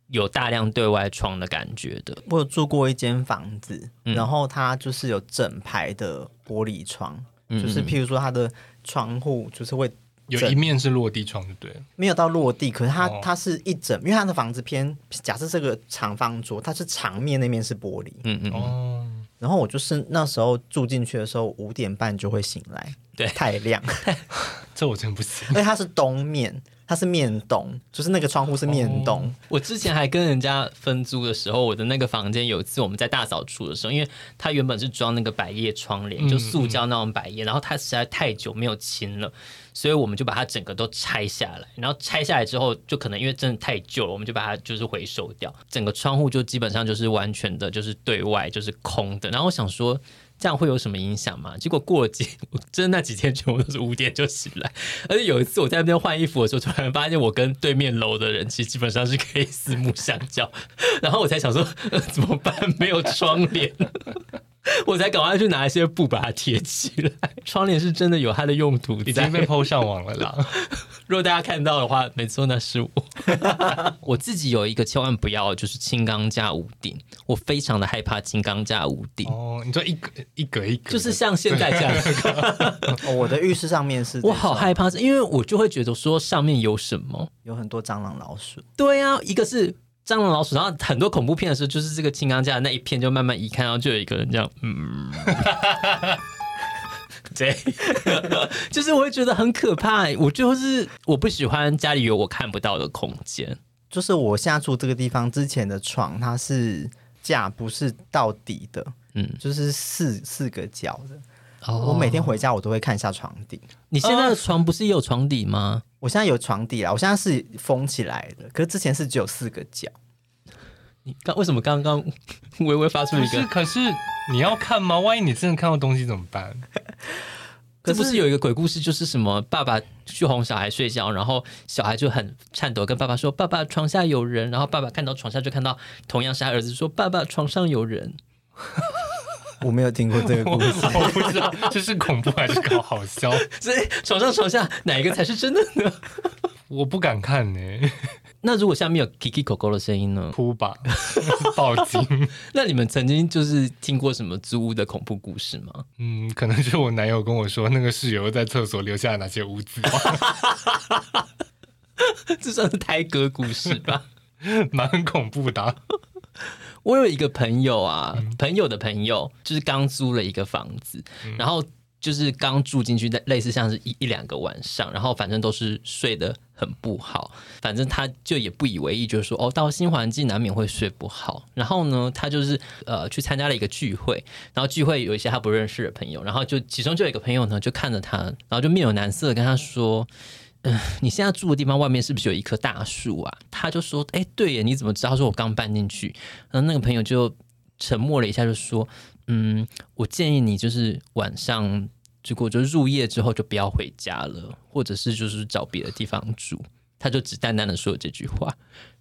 有大量对外窗的感觉的。
我有住过一间房子，
嗯
然后它就是有整排的玻璃窗，
嗯
就是譬如说它的窗户就是会
有
整
一面是落地窗，就对了。
没有到落地，可是它、
哦
它是一整，因为它的房子偏，假设这个长方桌，它是长面那面是玻璃，
嗯嗯，
哦，
然后我就是那时候住进去的时候五点半就会醒来，
对
太 亮，
这我真不 行。
而且它是东面，它是面东，就是那个窗户是面东，
我之前还跟人家分租的时候，我的那个房间有一次我们在大扫除的时候，因为它原本是装那个百叶窗帘，就塑胶那种百叶，然后它实在太久没有清了，所以我们就把它整个都拆下来。然后拆下来之后，就可能因为真的太旧了，我们就把它就是回收掉。整个窗户就基本上就是完全的就是对外就是空的。然后我想说。这样会有什么影响吗？结果过了几，我真的那几天全部都是五点就醒来，而且有一次我在那边换衣服的时候，突然发现我跟对面楼的人其实基本上是可以四目相交，然后我才想说、呃怎么办？没有窗帘， 我才赶快去拿一些布把它贴起来。窗帘是真的有它的用途
已
在
经。被抛上网了啦，
如果大家看到的话，没错，那是我。 我自己有一个千万不要，就是轻钢架屋顶，我非常的害怕轻钢架屋顶，
哦，你说一格一格一格的，
就是像现在这样。
哦我的浴室上面是
我好
这种
害怕，是因为我就会觉得说上面有什么。
有很多蟑螂老鼠，
对啊，一个是蟑螂、老鼠，然后很多恐怖片的时候，就是这个青钢架的那一片就慢慢移开，然后就有一个人这样，嗯， 对， 就是我会觉得很可怕。欸我就是我不喜欢家里有我看不到的空间。
就是我现在住这个地方之前的床，它是架不是到底的，
嗯，
就是四四个角的。
哦
我每呃天回家我都会看一下床底。
你现在的床不是也有床底吗？
我现在有床底了，我现在是封起来的，可是之前是只有四个角。
你刚为什么刚刚微微发出
不
一
是？
个？
可是你要看吗？万一你真的看到东西怎么办？
这不是有一个鬼故事，就是什么爸爸去哄小孩睡觉，然后小孩就很颤抖，跟爸爸说：“爸爸，床下有人。”然后爸爸看到床下就看到，同样是他儿子说：“爸爸，床上有人。”
我没有听过这个故事，
我不知道，这是恐怖还是搞好笑？
所以床上床下哪一个才是真的呢？
我不敢看呢、
那如果下面有 Kiki 狗狗的声音呢？
哭吧， 报警。
那你们曾经就是听过什么租屋的恐怖故事吗？
嗯，可能是我男友跟我说，那个室友在厕所留下了哪些污渍，
这算是胎哥故事吧？
蛮恐怖的啊、
我有一个朋友啊，朋友的朋友就是刚租了一个房子，然后就是刚住进去，类类似像是一一两个晚上，然后反正都是睡得很不好，反正他就也不以为意，就是说哦，到新环境难免会睡不好。然后呢，他就是呃去参加了一个聚会，然后聚会有一些他不认识的朋友，然后就其中就有一个朋友呢，就看着他，然后就面有难色地跟他说。嗯、你现在住的地方外面是不是有一棵大树啊？他就说：“哎、对耶，你怎么知道？”他说：“我刚搬进去。”然后那个朋友就沉默了一下，就说：“嗯，我建议你就是晚上，如果就入夜之后就不要回家了，或者是就是找别的地方住。”他就只淡淡的说了这句话，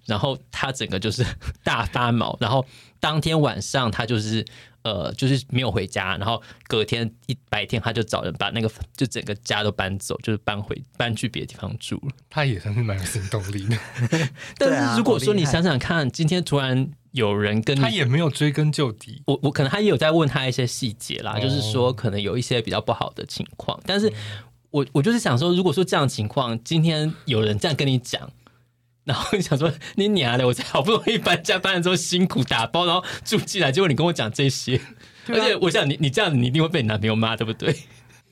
然后他整个就是 大发毛，然后当天晚上他就是呃就是没有回家，然后隔天一白天他就找人把那个就整个家都搬走，就是搬回搬去别的地方住了。
他也算是蛮有行动力 的，
对
但
啊
是如果
好厉
说你
害
想想看，今天突然有人跟你
他也没有追根究底。
我我可能他也有在问他一些细节啦，
哦
就是说可能有一些比较不好的情况，但是我我就是想说，如果说这样的情况，今天有人这样跟你讲。然后你想说你娘的，我才好不容易搬家，搬了之后辛苦打包，然后住进来，结果你跟我讲这些，而且我想你你这样你一定会被你男朋友骂，对不对？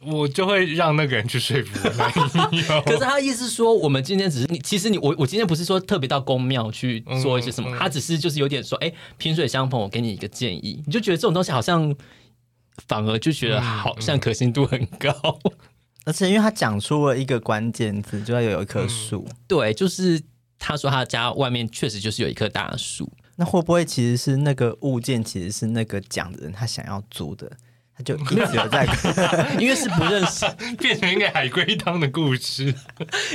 我就会让那个人去说服我男友。
可是他的意思是说，我们今天只是你，其实你我我今天不是说特别到公庙去做一些什么，
嗯嗯
他只是就是有点说，哎、萍水相逢，我给你一个建议，你就觉得这种东西好像嗯反而就觉得好像可信度很高，
嗯而且因为他讲出了一个关键字，就要有一棵树，
对，就是他说他家外面确实就是有一棵大树，
那会不会其实是那个物件其实是那个讲的人他想要租的，他就一直有 在
因为是不认 识，
变成一个海龟汤的故事，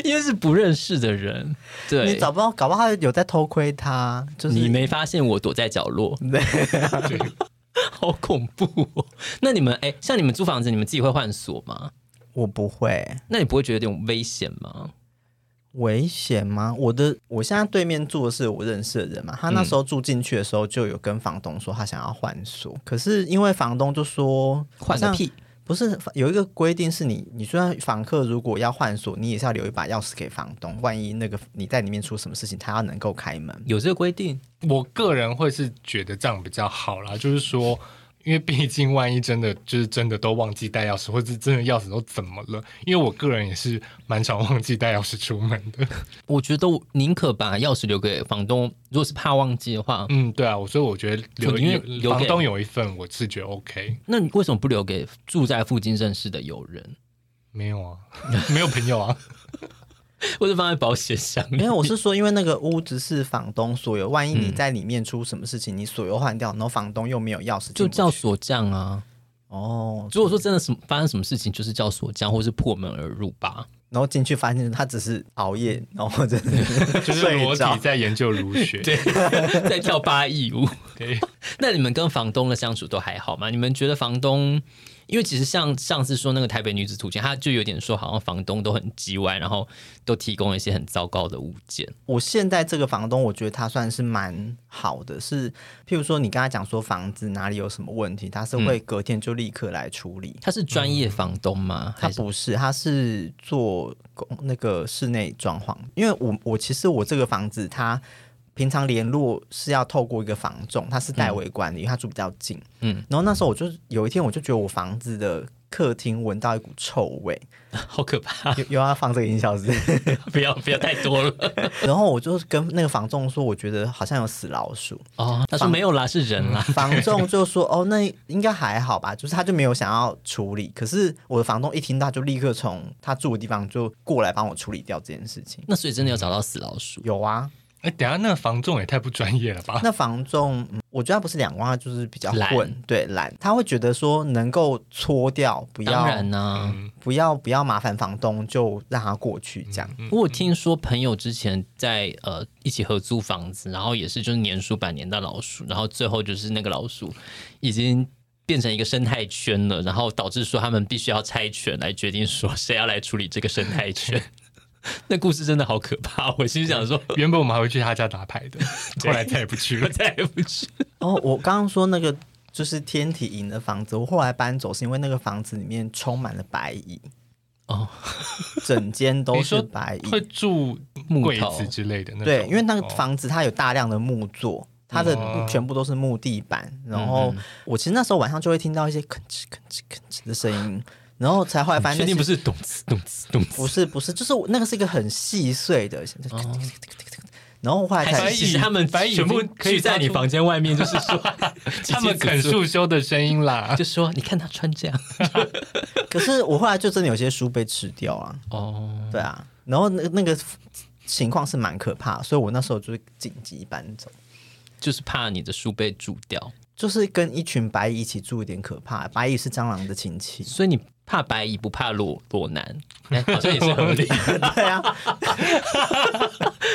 因为是不认识的人，
你
对，
找不到，搞不好他有在偷窥他，就是
你没发现我躲在角 落，
对
好恐怖、哦。那你们哎、像你们租房子，你们自己会换锁吗？
我不会
那你不会觉得有点危险吗？
危险吗？我的我现在对面住的是我认识的人嘛，他那
嗯
时候住进去的时候就有跟房东说他想要换锁，可是因为房东就说
换个，
好像
屁！
不是有一个规定是你你虽然房客如果要换锁，你也是要留一把钥匙给房东，万一那个你在里面出什么事情，他要能够开门。
有这个规定，
我个人会是觉得这样比较好啦，就是说。因为毕竟，万一真的就是真的都忘记带钥匙，或者是真的钥匙都怎么了？因为我个人也是蛮常忘记带钥匙出门的。
我觉得我宁可把钥匙留给房东，如果是怕忘记的话，
嗯，对啊，我所以我觉得留
因为
有
留
房
给
东有一份，我是觉得 OK。
那你为什么不留给住在附近认识的友人，
没有 啊，没有朋友啊，
或者放在保险箱里？
没有，我是说，因为那个屋子是房东所有，万一
嗯
你在里面出什么事情，你所有换掉，然后房东又没有钥匙进
就
不去，
叫锁匠啊。
哦，
如果说真的什么发生什么事情，就是叫锁匠，或是破门而入 吧。
然后进去发现他只是熬夜，然 后真的
就是
睡
裸
着
体。在研究儒 学。
对，在跳八义舞。
对，
那你们跟房东的相处都还好吗？你们觉得房东？因为其实像上次说那个台北女子图鉴，他就有点说好像房东都很叽歪，然后都提供了一些很糟糕的物件。
我现在这个房东，我觉得他算是蛮好的，是譬如说你跟他讲说房子哪里有什么问题，他是
嗯
会隔天就立刻来处理。
他是专业房东吗？
他
还是
不是，他是做工那个室内装潢。因为我我其实我这个房子，他平常联络是要透过一个房仲，他是代为管理，因为他住比较近。
嗯
嗯，然后那时候我就有一天，我就觉得我房子的客厅闻到一股臭味，
好可怕！
又又要放这个音效是不 是
不要不要太多了
然后我就跟那个房仲说，我觉得好像有死老鼠。
哦。 他说没有啦，是人 啦。
房仲就说：“哦，那应该还好吧。”就是他就没有想要处理。可是我的房东一听到，就立刻从他住的地方就过来帮我处理掉这件事情。
嗯那所以真的有找到死老鼠，
有啊，
哎，等一下那个房仲也太不专业了吧？
那房仲，嗯我觉得他不是两光，他就是比较混
懒，
对懒，他会觉得说能够搓掉，不
当
要
然啊呢、
嗯，
不要不要麻烦房东，就让他过去这样。
我有听说朋友之前在呃一起合租房子，然后也是就是年鼠把年到老鼠，然后最后就是那个老鼠已经变成一个生态圈 了，然后导致说他们必须要拆权来决定说谁要来处理这个生态圈。那故事真的好可怕，我心想说，
原本我们还会去他家打牌 的，后来再也不去
我
了。
再也不去。
哦，我刚刚说那个就是天体营的房子，我后来搬走是因为那个房子里面充满了白蚁，
哦，
整间都
你
是
说
白蚁
会。住
木
柜
头
子之类的那种，
对，因为那个
哦
房子它有大量的木座，它的
哦
全部都是木地板。然后我其实那时候晚上就会听到一些吭哧吭哧吭哧的声音，然后才后来发
你
现
确
那
定
是
不是咚哧咚哧咚哧？
不是不是，就是我那个是一个很细碎的，然后我后来
还
才
哎是其实他们
白蚁已
全部
经可以
聚在你房间外面，就是说
他们啃，树修的声音 啦。
就说你看他穿这样
可是我后来就真的有些书被吃掉啊，
哦，
对啊，然后那那个情况是蛮可怕，所以我那时候就是紧急搬走，
就是怕你的书被蛀掉，，
就是跟一群白蚁一起住有点可怕，白蚁是蟑螂的亲戚
所以你怕白蚁不怕裸裸男，哎好像也是合理。
对啊，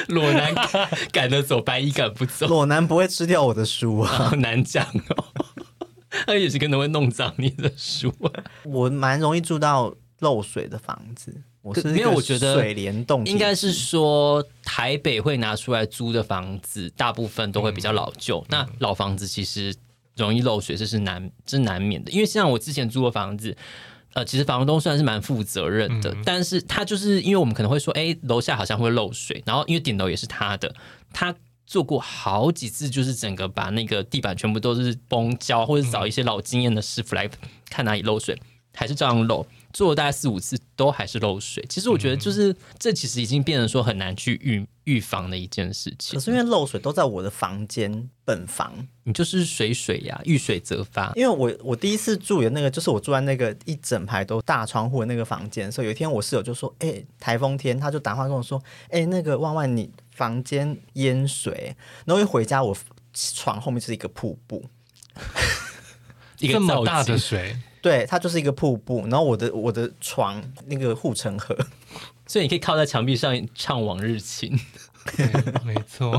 裸男赶赶得走，白蚁赶不走，
裸男不会吃掉我的书啊，
好难讲哦。 他也是可能会弄脏你的书、啊
我蛮容易住到漏水的房子，我
可
是
没有
一个
我觉得
水帘洞
应该
体质
是说台北会拿出来租的房子，大部分都会比较老
嗯
旧。那老房子其实容易漏水，这是难这是难免的。因为像我之前租的房子。呃，其实房东虽然是蛮负责任
嗯
的，但是他就是因为我们可能会说，哎、楼下好像会漏水，然后因为顶楼也是他的，他做过好几次，就是整个把那个地板全部都是崩胶，或者
嗯
找一些老经验的师傅来看哪里漏水，还是照样漏。做了大概四五次，都还是漏水。其实我觉得，就是、这其实已经变成说很难去预预防的一件事情
可。是因为漏水都在我的房间本房，
你就是水水呀、遇水则发。
因为我我第一次住的那个，就是我住在那个一整排都大窗户的那个房间，所以有一天我室友就说：“哎、台风天，他就打电话跟我说：‘哎、那个万万，你房间淹水。’然后一回家，我床后面就是一个瀑布，
一个造
这么
景
大的水，
对，它就是一个瀑布。然后我的我的床那个护城河，
所以你可以靠在墙壁上唱往日情。
对，没错。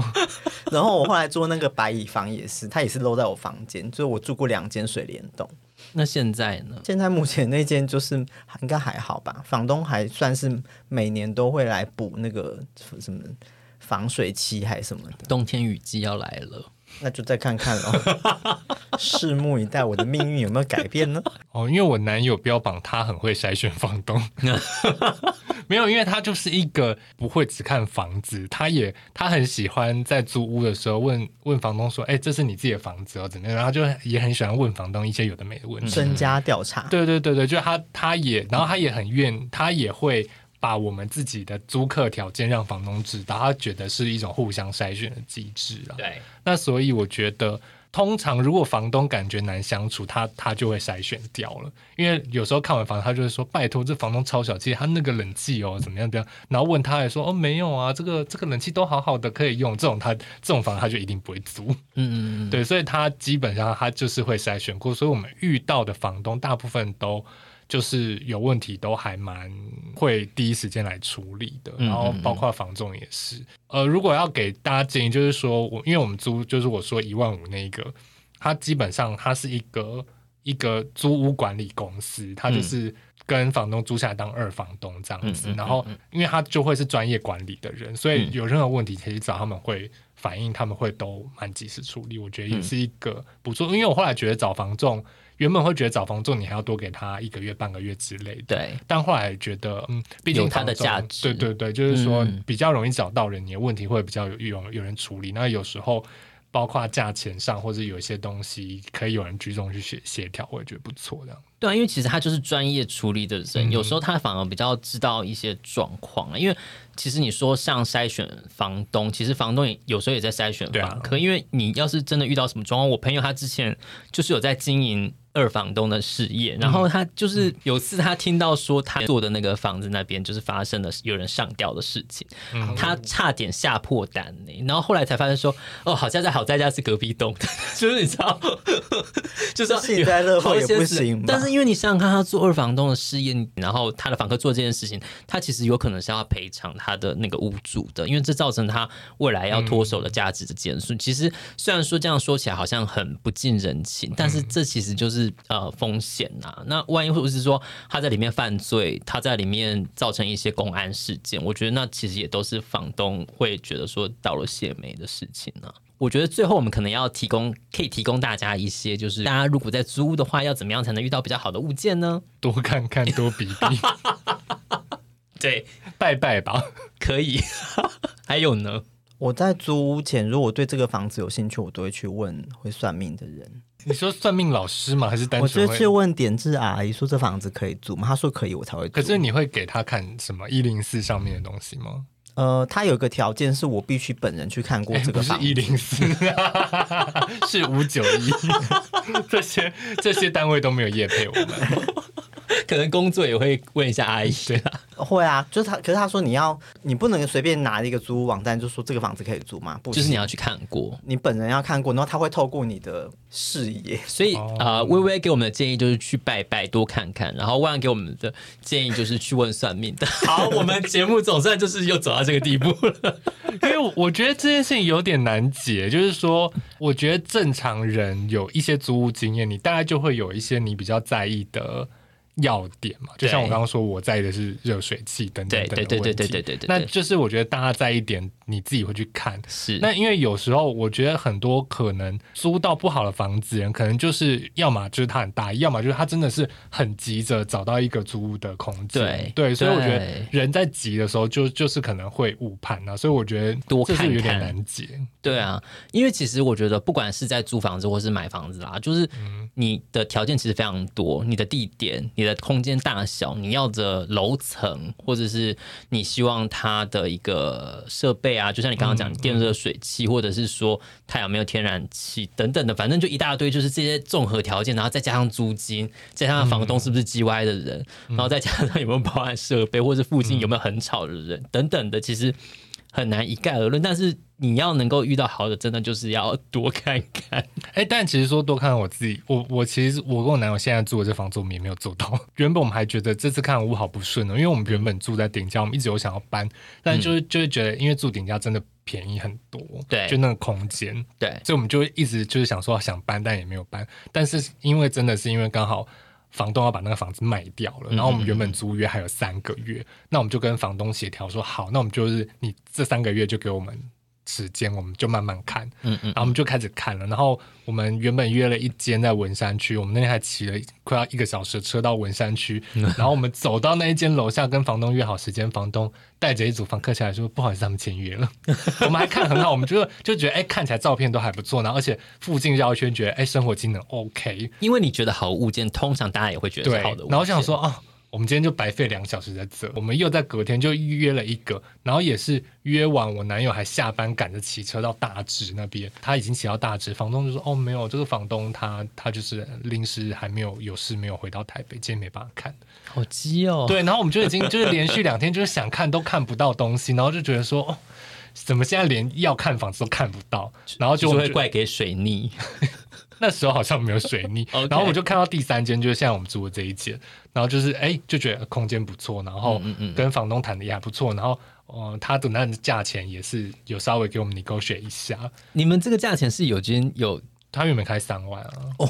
然后我后来住那个白蚁房也是，它也是漏在我房间，所以我住过两间水帘洞。
那现在呢？
现在目前那间就是应该还好吧，房东还算是每年都会来补那个什么防水漆还是什么的，
冬天雨季要来了，
那就再看看 喽，拭目以待我的命运有没有改变呢？
哦，因为我男友标榜他很会筛选房 东，没有，因为他就是一个不会只看房子，他也他很喜欢在租屋的时候问问房东说：“哎、这是你自己的房子哦，怎么样？”然后他就也很喜欢问房东一些有的没的问题。
身家调 查，
对对对对，就他他也，然后他也很愿，他也会把我们自己的租客条件让房东知道，他觉得是一种互相筛选的机制啊。
对，
那所以我觉得，通常如果房东感觉难相处，他他就会筛选掉了。因为有时候看完房，他就会说：“拜托，这房东超小气，他那个冷气哦，怎么样怎么样。”然后问他还说：“哦，没有啊，这个这个冷气都好好的，可以用。”这种他这种房他就一定不会租。
嗯嗯嗯，
对，所以他基本上他就是会筛选过，所以我们遇到的房东大部分都就是有问题，都还蛮会第一时间来处理的。
嗯
然后包括房仲也是，呃，如果要给大家建议，就是说我因为我们租就是我说一万五那个，它基本上它是一个一个租屋管理公司，它就是跟房东租下来当二房东这样子。
嗯嗯嗯嗯
然后，因为他就会是专业管理的人，所以
嗯
有任何问题可以找他们会反映，他们会都蛮及时处理。我觉得
嗯
也是一个不错，因为我后来觉得找房仲，原本会觉得找房仲你还要多给他一个月、半个月之类的。
对，
但后来觉得，嗯，毕竟
有它的
房
价
东
值
对对对，就是说
嗯
比较容易找到人，你的问题会比较有有有人处理。那有时候包括价钱上，或者有一些东西可以有人居中去协协调，我也觉得不错。这样，
对啊，因为其实他就是专业处理的人，
嗯
有时候他反而比较知道一些状况啊。因为其实你说像筛选房东，其实房东也有时候也在筛选
对啊
房客，因为你要是真的遇到什么状况，我朋友他之前就是有在经营。二房东的事业，然
嗯
后他就是有次他听到说他做的那个房子那边就是发生了有人上吊的事情，
嗯
他差点吓破胆呢、然后后来才发现说，哦，好在在好在家是隔壁栋的， 就是你知道，就是
就幸灾乐祸也不行吧
但是因为你想想看，他做二房东的事业，然后他的房客做这件事情，他其实有可能是要赔偿他的那个屋主的，因为这造成他未来要
嗯
脱
嗯
手的价值的减损。其实虽然说这样说起来好像很不近人情，但是这其实就是是呃风险啊。那万一或者是说他在里面犯罪，他在里面造成一些公安事件，我觉得那其实也都是房东会觉得说到了泄霉的事情啊。我觉得最后我们可能要提供，可以提供大家一些，就是大家如果在租屋的话，要怎么样才能遇到比较好的物件呢？
多看看，多比比，
对，
拜拜吧。
可以。 还有呢？
我在租屋前，如果对这个房子有兴趣，我都会去问会算命的人。
你说算命老师吗？还是单
我
纯
就
会？
去问点痣阿姨说这房子可以租吗？她说可以，我才会租。
可是你会给他看什么一零四上面的东西吗？
呃，她有一个条件是我必须本人去看过
哎
这
不
个
是
房子。
一零四，是五九一。 这些这些单位都没有业配我们，
可能工作也会问一下阿姨。对啊，
会啊，就是他，可是他说你要，你不能随便拿一个租屋网站就说这个房子可以租嘛，不
就是
行
你要去看过。
你本人要看过，然后他会透过你的视野，
所以
哦
啊，呃微微给我们的建议就是去拜拜，多看看。然后万给我们的建议就是去问算命的。好，我们节目总算就是又走到这个地步了。
因为我我觉得这件事情有点难解。就是说，我觉得正常人有一些租屋经验，你大概就会有一些你比较在意的要点嘛。就像我
对
刚刚说，我在意的是热水器等等
对对
等等的
对对
问
对
题
对对对，
那就是我觉得大家在意点，你自己会去看。
是
那因为有时候我觉得很多可能租到不好的房子人，可能就是要么就是他很大意，要么就是他真的是很急着找到一个租屋的空间。
对
所以我觉得
对
人在急的时候就就是可能会误判啊，所以我觉得
多
这是有点
看看
难解。
对啊，因为其实我觉得，不管是在租房子或是买房子啦，就是你的条件其实非常多，你的地点、你的空间大小、你要的楼层，或者是你希望它的一个设备啊，就像你刚刚讲电热水器，或者是说它有没有天然气等等的，反正就一大堆，就是这些综合条件，然后再加上租金，再加上房东是不是 G Y 的人，然后再加上有没有包含设备，或者附近有没有很吵的人、等等的，其实。很难一概而论，但是你要能够遇到好的，真的就是要多看看。
哎、但其实说多看看我自己，我我其实我跟我男友现在住的这房子，我们也没有做到。 原本我们还觉得这次看屋好不顺哦，因为我们原本住在顶家，我们一直有想要搬，但就是、就会觉得，因为住顶家真的便宜很多，
对
就那个空间，
对，
所以我们就一直就是想说想搬，但也没有搬。但是因为真的是因为刚好房东要把那个房子卖掉了，然后我们原本租约还有三个月，那我们就跟房东协调说，好，那我们就是你这三个月就给我们时间，我们就慢慢看。
嗯嗯
然，后我们就开始看了，然后我们原本约了一间在文山区，我们那天还骑了快要一个小时的车到文山区，然后我们走到那一间楼下，跟房东约好时间，房东带着一组房客下来说不好意思，他们签约了。我们还看很好，我们就就觉得哎，看起来照片都还不错，然后而且附近绕一圈，觉得哎，生活机能 OK，
因为你觉得好物件，通常大家也会觉得
对
是好的物件。
然后想说哦。我们今天就白费两小时在这，我们又在隔天就预约了一个，然后也是约完，我男友还下班赶着骑车到大直那边，他已经骑到大直，房东就说哦没有，这个房东他他就是临时还没有有事没有回到台北，今天没办法看。
好鸡哦，，
对，然后我们就已经就是连续两天就是想看都看不到东西，然后就觉得说哦，怎么现在连要看房子都看不到，然后就
就
我
会
们就
怪给水泥。
那时候好像没有水泥
OK，
然后我就看到第三间，就是现在我们住的这一间，然后就是哎、就觉得空间不错，然
嗯
后跟房东谈的也还不错，然后呃，他的那价钱也是有稍微给我们 negotiate 一下，
你们这个价钱是有间有
他原本开三万啊，
哦，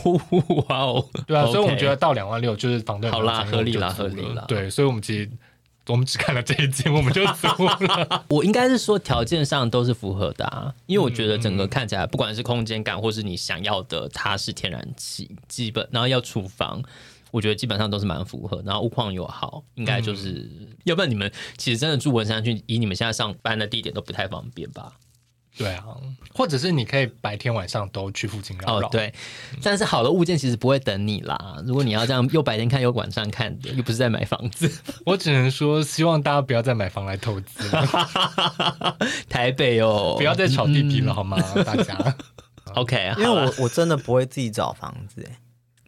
哇哦，
对啊
OK
所以我们觉得到两万六就是房东
好啦合理啦
合
合理啦
对，所以我们其实我们只看了这一间，我们就租 了，
我应该是说条件上都是符合的啊，因为我觉得整个看起来，不管是空间感，或是你想要的，它是天然气基本，然后要厨房，我觉得基本上都是蛮符合。然后物况又好，应该就是，
嗯
要不然你们其实真的住文山区，以你们现在上班的地点都不太方便吧？
对啊，或者是你可以白天晚上都去附近绕
哦
绕，，
对，但是好的物件其实不会等你啦。如果你要这样又白天看又晚上看的，又不是在买房子，
我只能说希望大家不要再买房来投资 了，
台北哦，
不要再炒地皮了好吗，大家。
OK，
因 为
好啦
我我真的不会自己找房子、欸。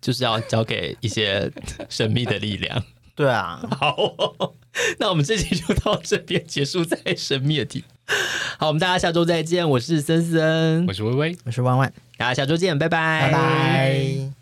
就是要交给一些神秘的力量。
对啊，
好、哦， 那我们这期就到这边结束，在神秘的题。好，我们大家下周 再见，我是森森
我，是微微。
我是万万，
大家下周见，拜拜，
拜拜